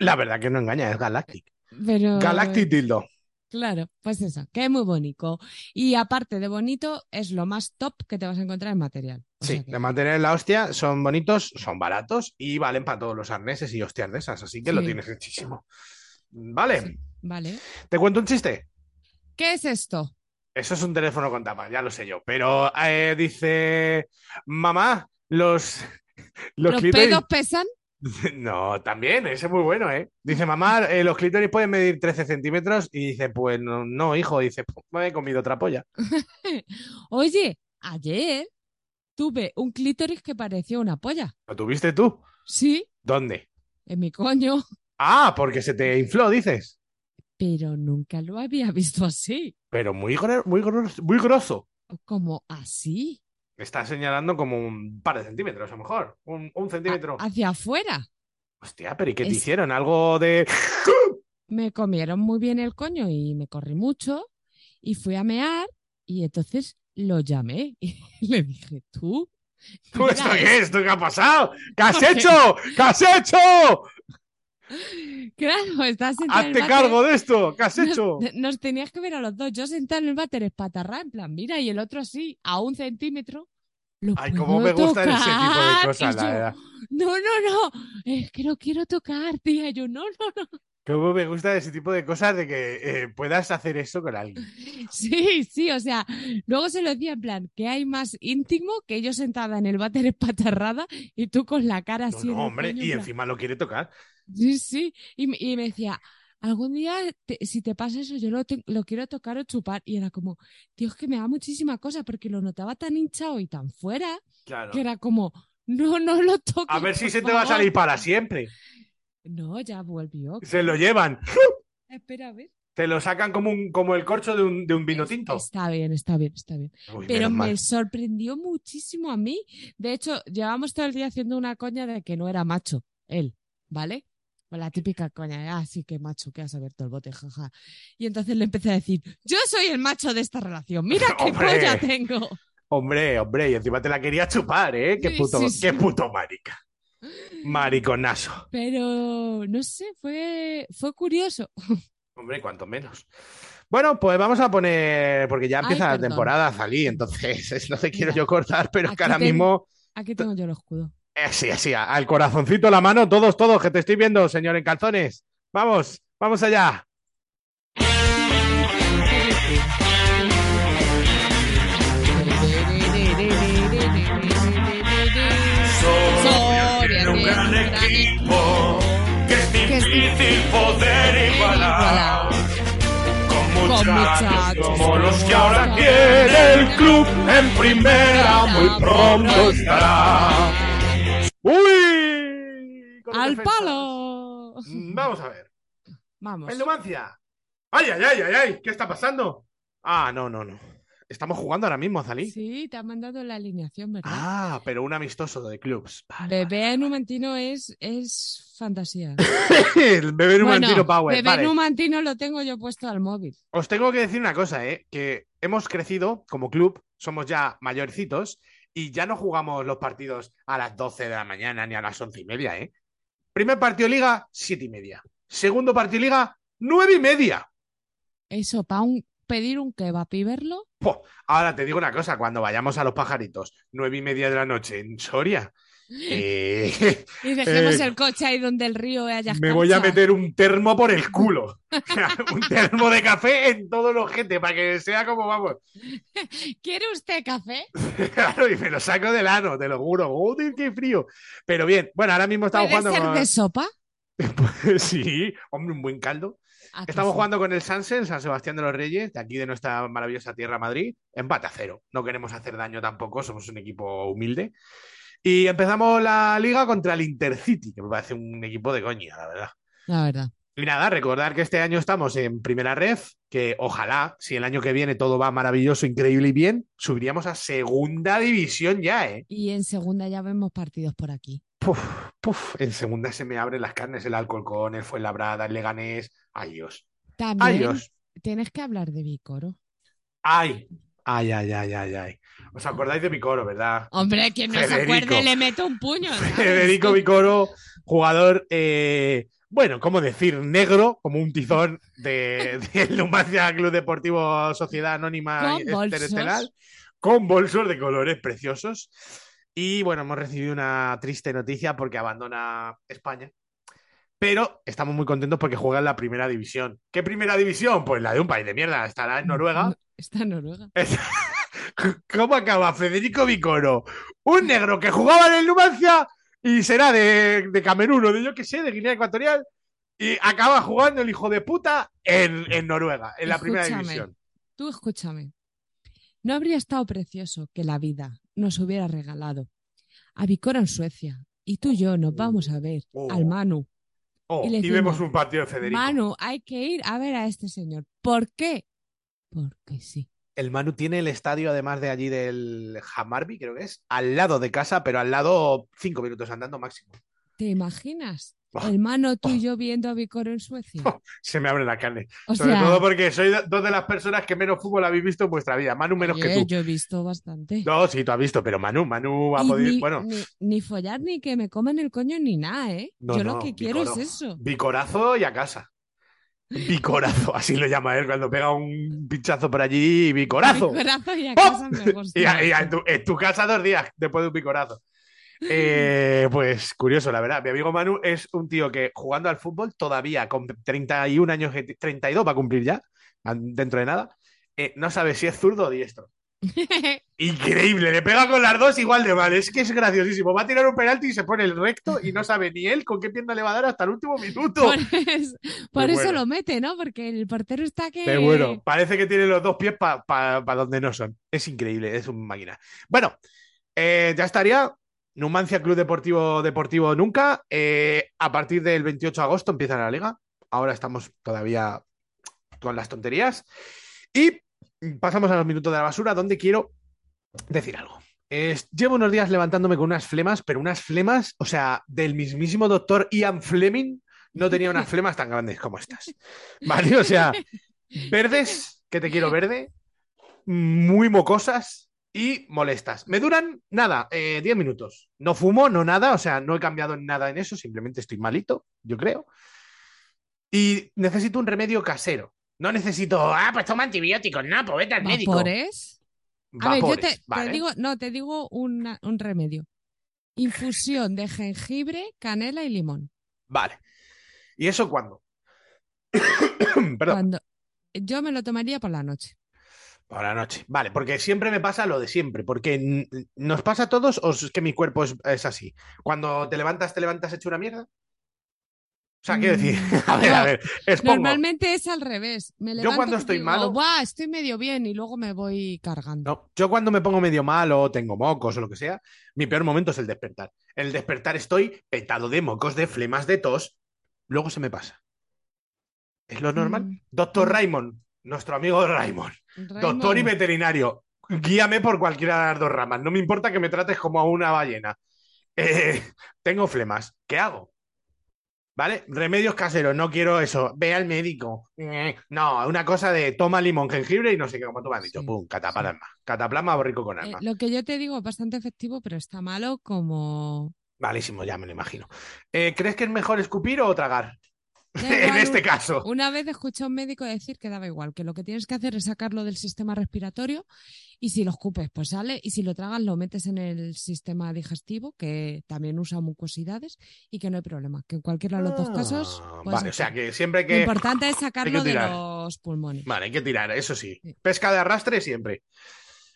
La verdad que no engaña, es Galactic.
Pero...
Galactic Dildo.
Claro, pues eso, que es muy bonito. Y aparte de bonito, es lo más top que te vas a encontrar en material.
Sí, de mantener la hostia, son bonitos, son baratos y valen para todos los arneses y hostias de esas, así que lo
Sí.
tienes muchísimo. Vale,
Vale.
te cuento un chiste.
¿Qué es esto?
Eso es un teléfono con tapa, ya lo sé yo, pero eh, dice, mamá, los... Los,
¿Los
clítoris-"
pedos pesan?
No, también, ese es muy bueno, ¿eh? Dice, mamá, eh, los clítoris pueden medir 13 centímetros y dice, pues no, no, hijo, dice, "Pues, me he comido otra polla.
Oye, ayer tuve un clítoris que parecía una polla.
¿Lo tuviste tú?
Sí,
¿Dónde?
en mi coño,
Ah, porque se te infló, dices.
pero nunca lo había visto así,
Pero muy, gro- muy, gro- muy grosso.
como así,
Me está señalando como un par de centímetros, a lo mejor. Un, un centímetro.
hacia afuera.
Hostia, pero ¿y qué te
Ah, es-
hicieron? ¿Algo de.
me comieron muy bien el coño y me corrí mucho y fui a mear y entonces lo llamé y le dije, tú,
¿Tú ¿Esto
mira
qué es? ¿Esto qué ha pasado? ¿Qué has
Porque-
hecho? ¿Qué has hecho?
claro, estás sentada en el
Hazte
váter".
cargo de esto. ¿Qué has
Nos-
hecho?
Nos, tenías que ver a los dos, yo sentada en el váter espatarrá, en plan, mira, y el otro así, a un centímetro. Lo
Ay, cómo
puedo
me gustan ese tipo de
tocar.
cosas,
Y
la
yo,
verdad.
No, no, no, es que no quiero tocar, tía. Yo, no, no, no.
Cómo me gusta ese tipo de cosas de que eh, puedas hacer eso con alguien.
Sí, sí, o sea, luego se lo decía en plan, que hay más íntimo que yo sentada en el váter espatarrada y tú con la cara
No,
así. en
no,
el
hombre,
coño,
y
en plan,
encima lo quiere tocar.
Sí, sí, y, me- y me decía, algún día te- si te pasa eso, yo lo, te- lo quiero tocar o chupar. Y era como, Dios, que me da muchísima cosa porque lo notaba tan hinchado y tan fuera
Claro.
que era como, no, no lo toques.
A ver si
por
se te va a
favor".
salir para siempre.
No, ya volvió.
Se lo llevan.
Espera, a ver.
Te lo sacan como, un, como el corcho de un, de un vino tinto.
Está bien, está bien, está bien.
Uy,
Pero
menos mal.
me sorprendió muchísimo a mí. De hecho, llevamos todo el día haciendo una coña de que no era macho, él, ¿vale? Con La típica coña, de, ah, sí, que macho, que has abierto el bote, jaja. Y entonces le empecé a decir, yo soy el macho de esta relación, mira qué
¡Hombre!
polla tengo.
Hombre, hombre, y encima te la quería chupar, ¿eh? Qué
Sí,
puto,
sí, sí.
Qué puto marica. Mariconazo.
Pero, no sé, fue, fue curioso.
Hombre, cuanto menos. Bueno, pues vamos a poner, porque ya
Ay,
empieza la
perdón.
temporada, Zalí, entonces no te quiero
Mira,
yo cortar, pero es que ahora
ten-
mismo,
Aquí tengo yo el escudo.
así, así, Eh, a- al corazoncito, la mano, todos, todos, que te estoy viendo, señor en calzones. Vamos, vamos allá.
Soria tiene un gran equipo que es difícil poder igualar. Con muchachos como los que ahora quiere el club en primera muy pronto estará.
¡Uy!
¡Al palo!
Mm, Vamos a ver.
Vamos.
¡El Numancia! ¡Ay, ay, ay, ay, ay! ¿Qué está pasando? Ah, no, no, no. Estamos jugando ahora mismo, Zalí.
Sí, te han mandado la alineación, ¿verdad?
Ah, pero un amistoso de clubs.
Bebé Numantino es, es fantasía.
El bebé numantino
Bueno,
power.
Bebé
vale.
Numantino lo tengo yo puesto al móvil.
Os tengo que decir una cosa, ¿eh? que hemos crecido como club, somos ya mayorcitos y ya no jugamos los partidos a las 12 de la mañana ni a las 11 y media. ¿eh? Primer partido de liga, 7 y media. Segundo partido de liga, 9 y media.
Eso, para pedir un kebab y verlo,
Po, Ahora te digo una cosa, cuando vayamos a los pajaritos, 9 y media de la noche en Soria, eh,
y dejemos
eh,
el coche ahí donde el río haya
me voy a
escarcha.
meter un termo por el culo. un termo de café en todo los gente para que sea como vamos.
¿Quiere usted café?
Claro, y me lo saco del ano, te lo juro. ¡Joder, qué frío! Pero bien, bueno, ahora mismo estamos
¿Puede
jugando
ser
con.
de sopa?
sí, hombre, un buen caldo.
Ah, que
Estamos
sí.
jugando con el Sanse, el San Sebastián de los Reyes, de aquí de nuestra maravillosa tierra Madrid. Empate a cero. No queremos hacer daño tampoco, somos un equipo humilde. Y empezamos la liga contra el Intercity, que me parece un equipo de coña, la verdad.
La verdad.
Y nada, recordar que este año estamos en primera ref, que ojalá, si el año que viene todo va maravilloso, increíble y bien, subiríamos a segunda división ya, ¿eh?
Y en segunda ya vemos partidos por aquí.
Puf, en segunda se me abren las carnes, el Alcorcón, el Fuenlabrada, el Leganés. Ay, Dios.
También
Dios.
tienes que hablar de Vicoro.
Ay. Ay, ay, ay, ay, ay. ¿Os acordáis de Vicoro, verdad?
Hombre, quien no se
Federico.
acuerde le meto un puño. ¿sabes?
Federico Vicoro, jugador, eh, bueno, ¿cómo decir? Negro, como un tizón de, del Numancia Club Deportivo Sociedad Anónima
Con bolsos.
Interestelar, con bolsos de colores preciosos. Y bueno, hemos recibido una triste noticia porque abandona España. Pero estamos muy contentos porque juega en la primera división. ¿Qué primera división? Pues la de un país de mierda. Estará en
Mm,
Noruega.
Está en Noruega.
¿Cómo acaba Federico Vicoro? Un negro que jugaba en el Numancia y será de, de Camerún o de yo qué sé, de Guinea Ecuatorial, y acaba jugando el hijo de puta en, en Noruega, en la primera
Escúchame,
división.
Tú escúchame. No habría estado precioso que la vida nos hubiera regalado a Vicoro en Suecia y tú y yo nos vamos a ver
Oh.
al Manu.
Oh,
y
y
le decimos,
vemos un partido de Federico.
Manu, hay que ir a ver a este señor. ¿Por qué? Porque sí.
El Manu tiene el estadio, además de allí del Hamarby, creo que es, al lado de casa, pero al lado cinco minutos andando máximo.
¿Te imaginas?
Buah.
Hermano tú
Ah.
y yo viendo a Vicoro en Suecia.
Se me abre la carne.
O
Ah. Sobre
sea-
todo porque soy do- dos de las personas que menos fútbol habéis visto en vuestra vida. Manu menos
Oye,
que tú.
Yo he visto bastante.
No, sí, tú has visto, pero Manu, Manu ha
Y
podido.
ni,
bueno,
ni, ni follar ni que me coman el coño ni nada, ¿eh?
No,
yo
no,
lo que quiero
Vicoro.
es eso.
Bicorazo y a casa. Bicorazo, así lo llama él cuando pega un pinchazo por allí, bicorazo.
Bicorazo y a
¡Pop!
casa me gusta.
¡Oh! Y, a- y a- en, tu, en tu casa dos días después de un bicorazo. Eh, pues curioso, la verdad. Mi amigo Manu es un tío que jugando al fútbol todavía con 31 años, que t- 32 va a cumplir ya, an- dentro de nada, eh, no sabe si es zurdo o diestro. Increíble, le pega con las dos igual de mal. Es que es graciosísimo. Va a tirar un penalti y se pone el recto y no sabe ni él con qué pierna le va a dar hasta el último minuto.
Por, es- por eso
bueno.
lo mete, ¿no? Porque el portero está que.
Pero bueno, parece que tiene los dos pies para donde no son. Es increíble, es un máquina. Bueno, eh, ya estaría. Numancia Club Deportivo Deportivo Nunca. Eh, a partir del 28 de agosto empieza la liga. Ahora estamos todavía con las tonterías. Y pasamos a los minutos de la basura, donde quiero decir algo. Eh, llevo unos días levantándome con unas flemas, pero unas flemas, o sea, del mismísimo doctor Ian Fleming, no tenía unas flemas tan grandes como estas. ¿Vale? O sea, verdes, que te quiero verde, muy mocosas y molestas. Me duran nada, eh, 10 minutos. No fumo, no nada, o sea, no he cambiado nada en eso, simplemente estoy malito, yo creo. Y necesito un remedio casero. No necesito, ah, pues toma antibióticos, no, pues vete al médico.
¿Vapores? ¿eh? A ver, yo
Vapores,
te, te
vale.
digo, no, te digo una- un remedio. Infusión de jengibre, canela y limón.
Vale. ¿Y eso cuándo? Perdón.
Cuando yo me lo tomaría por la noche.
Por la noche. Vale, porque siempre me pasa lo de siempre, porque n- nos pasa a todos o es que mi cuerpo es, es así. Cuando te levantas, te levantas hecho una mierda. O sea, quiero decir, a ver, a ver, expongo.
Mm. Normalmente es al revés. Me levanto
cuando
y
estoy
digo,
malo-
"Buah, estoy medio bien y luego me voy cargando.
No, yo cuando me pongo medio mal o tengo mocos o lo que sea, mi peor momento es el despertar. En el despertar estoy petado de mocos, de flemas, de tos. Luego se me pasa. ¿Es lo normal? Doctor Raymond, nuestro amigo Raymond. Doctor y
Raymond,
veterinario, guíame por cualquiera de las dos ramas. No me importa que me trates como a una ballena. Eh, tengo flemas. ¿Qué hago? ¿Vale? Remedios caseros, no quiero eso. Ve al médico. Eh, No, una cosa de toma limón, jengibre y no sé qué, como tú me has dicho. Pum, cataplasma. Cataplasma o rico con
eh,
alma.
lo que yo te digo es bastante efectivo, pero está malo como...
Malísimo, ya me lo imagino. Eh, ¿Crees que es mejor escupir o tragar?
Da
en
igual,
este
un-
caso.
Una vez escuché a un médico decir que daba igual, que lo que tienes que hacer es sacarlo del sistema respiratorio y si lo escupes, pues sale, y si lo tragas, lo metes en el sistema digestivo, que también usa mucosidades, y que no hay problema, que en cualquiera de los dos casos.
Ah,
puedes
vale, o sea
hacer.
que siempre
Lo
que.
importante es sacarlo de
tirar.
los pulmones.
Vale, hay que tirar, eso sí. Pesca de arrastre siempre.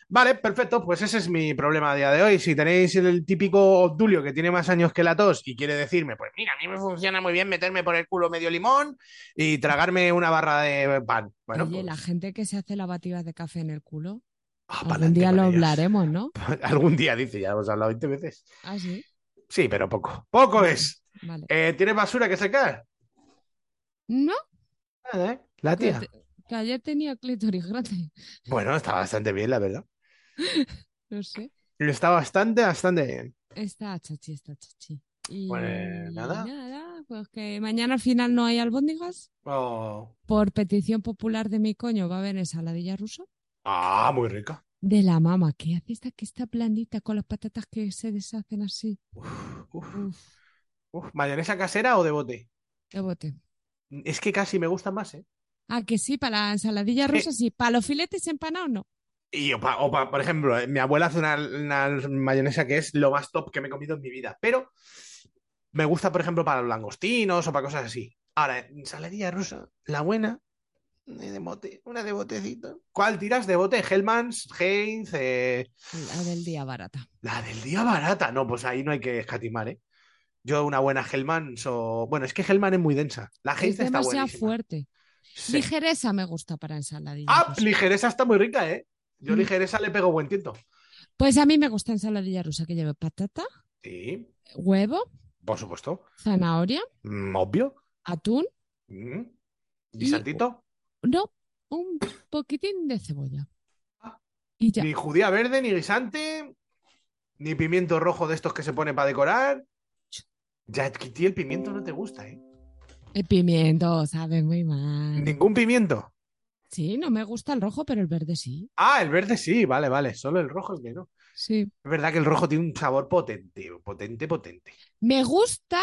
Vale, perfecto, pues ese es mi problema a día de hoy. Si tenéis el típico Obdulio que tiene más años que la tos y quiere decirme, pues mira, a mí me funciona muy bien meterme por el culo medio limón y tragarme una barra de pan. Bueno, pues
Oye, la gente que se hace lavativas de café en el culo, algún
ah, pa'lante
día
con
lo
ellas.
hablaremos, ¿no?
algún día dice, ya hemos hablado 20 veces.
Ah, sí.
Sí, pero poco. Poco es.
Vale.
Eh, ¿Tienes basura que sacar? ¿eh?
¿No?
La
Que,
tía.
te- que ayer tenía clítoris grande,
Bueno, está bastante bien, la verdad.
no sé.
Está bastante, bastante bien.
Está chachi, está chachi. Y
Pues, nada.
pues que mañana al final no hay albóndigas.
Oh.
Por petición popular de mi coño va a haber ensaladilla rusa.
Ah, muy rica.
De la mama, ¿qué hace esta que está blandita con las patatas que se deshacen así?
Uf.
Uf,
Uf, ¿mayonesa casera o de bote?
qué bote.
Es que casi me gusta más, ¿eh?
Ah, que sí, para la ensaladilla rusa sí. Para los filetes empanados no.
Y o pa- o pa- por ejemplo, eh, mi abuela hace una, una mayonesa que es lo más top que me he comido en mi vida, pero me gusta, por ejemplo, para los langostinos o para cosas así. Ahora, ensaladilla rusa, la buena, eh, de bote, una de botecito. ¿Cuál tiras de bote? Hellmann's, Heinz, eh,
La del día barata.
la del día barata. No, pues ahí no hay que escatimar, ¿eh? Yo una buena Hellmann's o... Bueno, es que Hellmann es muy densa. La
Es
Heinz está
demasiado
buenísima.
fuerte.
Sí.
Ligereza me gusta para ensaladilla
Ah,
rusa.
ligereza está muy rica, ¿eh? Yo
Pues Mm.
ligereza le pego buen tiento.
Pues a mí me gusta ensaladilla rusa que lleve patata,
Sí,
huevo,
por supuesto.
zanahoria,
Mm, obvio.
atún.
Mm.
Y- pues,
Guisantito.
No, un poquitín de cebolla.
Ah.
Y ya.
Ni judía verde, ni guisante, ni pimiento rojo de estos que se pone para decorar. Ya, Kitty, el pimiento no te gusta, ¿eh?
El pimiento sabe muy mal.
Ningún pimiento.
Sí, no me gusta el rojo, pero el verde sí.
Ah, el verde sí, vale, vale. Solo el rojo es que no.
Sí.
Es verdad que el rojo tiene un sabor potente, potente, potente.
Me gusta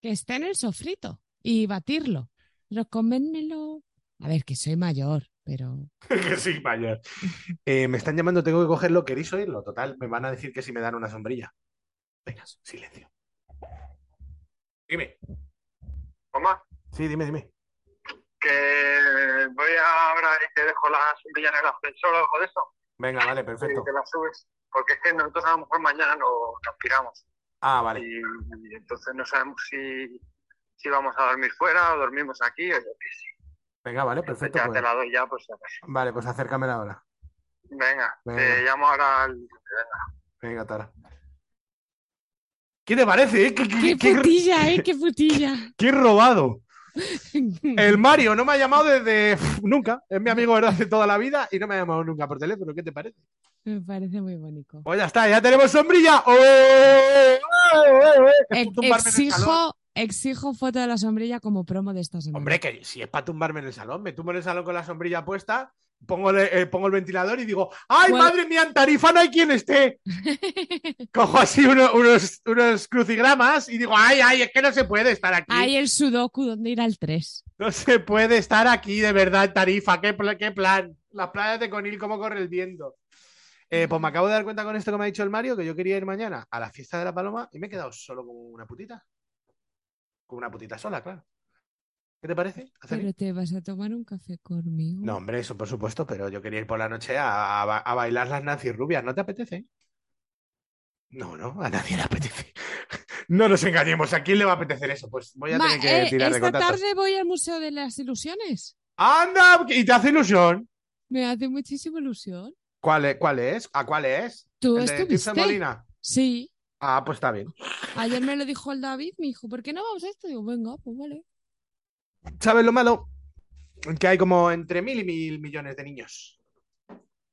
que esté en el sofrito y batirlo. Pero comérmelo. A ver, que soy mayor, pero.
que sí, vaya. Eh, me están llamando, tengo que cogerlo. ¿Queréis oírlo? Total, me van a decir que si me dan una sombrilla. Venga, silencio. Dime.
Mamá,
Sí, dime, dime.
que voy ahora y te dejo la sombrilla en el ascensor o algo de eso.
Venga, vale,
Y
perfecto.
te la subes. Porque es que nosotros a lo mejor mañana no nos piramos.
Ah, vale.
Y, y entonces no sabemos si, si vamos a dormir fuera o dormimos aquí. O yo qué sé.
Venga, vale,
Entonces
perfecto.
ya
pues.
te la doy ya, pues. a ver.
Vale, pues acércamela ahora.
Venga,
Venga.
te llamo ahora al... Venga.
Venga, Tara. ¿Qué te parece? eh? ¿Qué, qué-
¡Qué
qué-
putilla, eh! ¡Qué putilla!
qué robado? El Mario no me ha llamado desde nunca. Es mi amigo ¿verdad? de toda la vida y no me ha llamado nunca por teléfono. ¿Qué te parece?
Me parece muy bonito.
Pues ya está, ya tenemos sombrilla. ¡Oh! ¡Oh! ¡Oh!
Ex-
tumbarme en el salón.
Eh, exijo, exijo foto de la sombrilla como promo de esta semana.
Hombre, que si es para tumbarme en el salón, me tumbo en el salón con la sombrilla puesta, pongo, el- eh, pongo el ventilador y digo, ¡ay,
Bueno.
madre mía, en Tarifa no hay quien esté! Cojo así uno- unos, unos crucigramas y digo, ¡ay, ay, es que no se puede estar aquí!
Hay el sudoku donde ir al 3.
No se puede estar aquí de verdad, Tarifa. ¿Qué, pla- qué plan? Las playas de Conil, cómo corre el viento. Eh, pues me acabo de dar cuenta con esto que me ha dicho el Mario, que yo quería ir mañana a la fiesta de la Paloma y me he quedado solo con una putita. Con una putita sola, claro. ¿Qué te parece? ¿Hacer
Pero te vas a tomar un café conmigo.
No, hombre, eso por supuesto, pero yo quería ir por la noche a, a ba- a bailar las Nancy rubias. ¿No te apetece? No, no, a nadie le apetece. No nos engañemos, ¿a quién le va a apetecer eso? Pues voy a
Ma-
tener que
eh,
tirar de
esta
contactos.
tarde voy al Museo de las Ilusiones.
¡Anda! Y te hace ilusión.
Me hace muchísima ilusión.
¿Cuál es? ¿Cuál es? ¿A cuál es?
¿Tú
¿El de
estuviste?
Tirso de Molina?
Sí.
Ah, pues está bien.
Ayer me lo dijo el David, me dijo, ¿por qué no vamos a esto? Digo, venga, pues vale.
¿Sabes lo malo? Que hay como entre mil y mil millones de niños.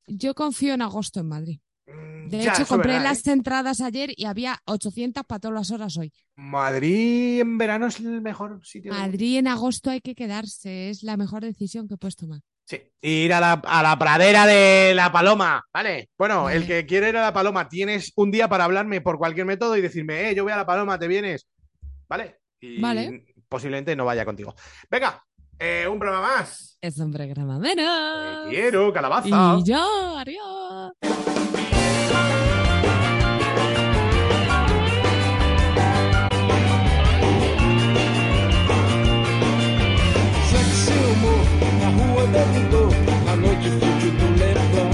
Yo confío en agosto en Madrid. De
Mm, ya, eso ¿eh?
hecho,
es
compré
verdad,
las entradas ayer y había 800 para todas las horas hoy.
Madrid en verano es el mejor sitio. del mundo.
Madrid en agosto hay que quedarse, es la mejor decisión que puedes tomar.
Sí, ir a la, a la pradera de la paloma, ¿vale? Bueno, el que quiere ir a la paloma, tienes un día para hablarme por cualquier método y decirme, eh, yo voy a la paloma, te vienes, ¿vale? Y
Vale.
posiblemente no vaya contigo. Venga, eh, un programa más.
Es un programa menos.
Quiero, calabaza.
Ah. Y yo, adiós.
Sexy humor, na rua bebendo, à noite fútil do Leblon.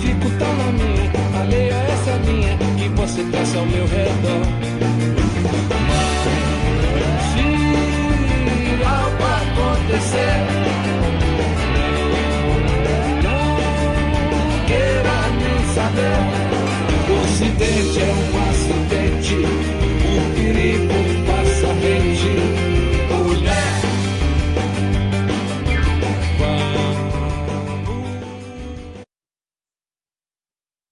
Fico tão na minha, alheio a é essa linha que você traça ao meu redor. Se algo acontecer, não queira nem saber. O ocidente é uma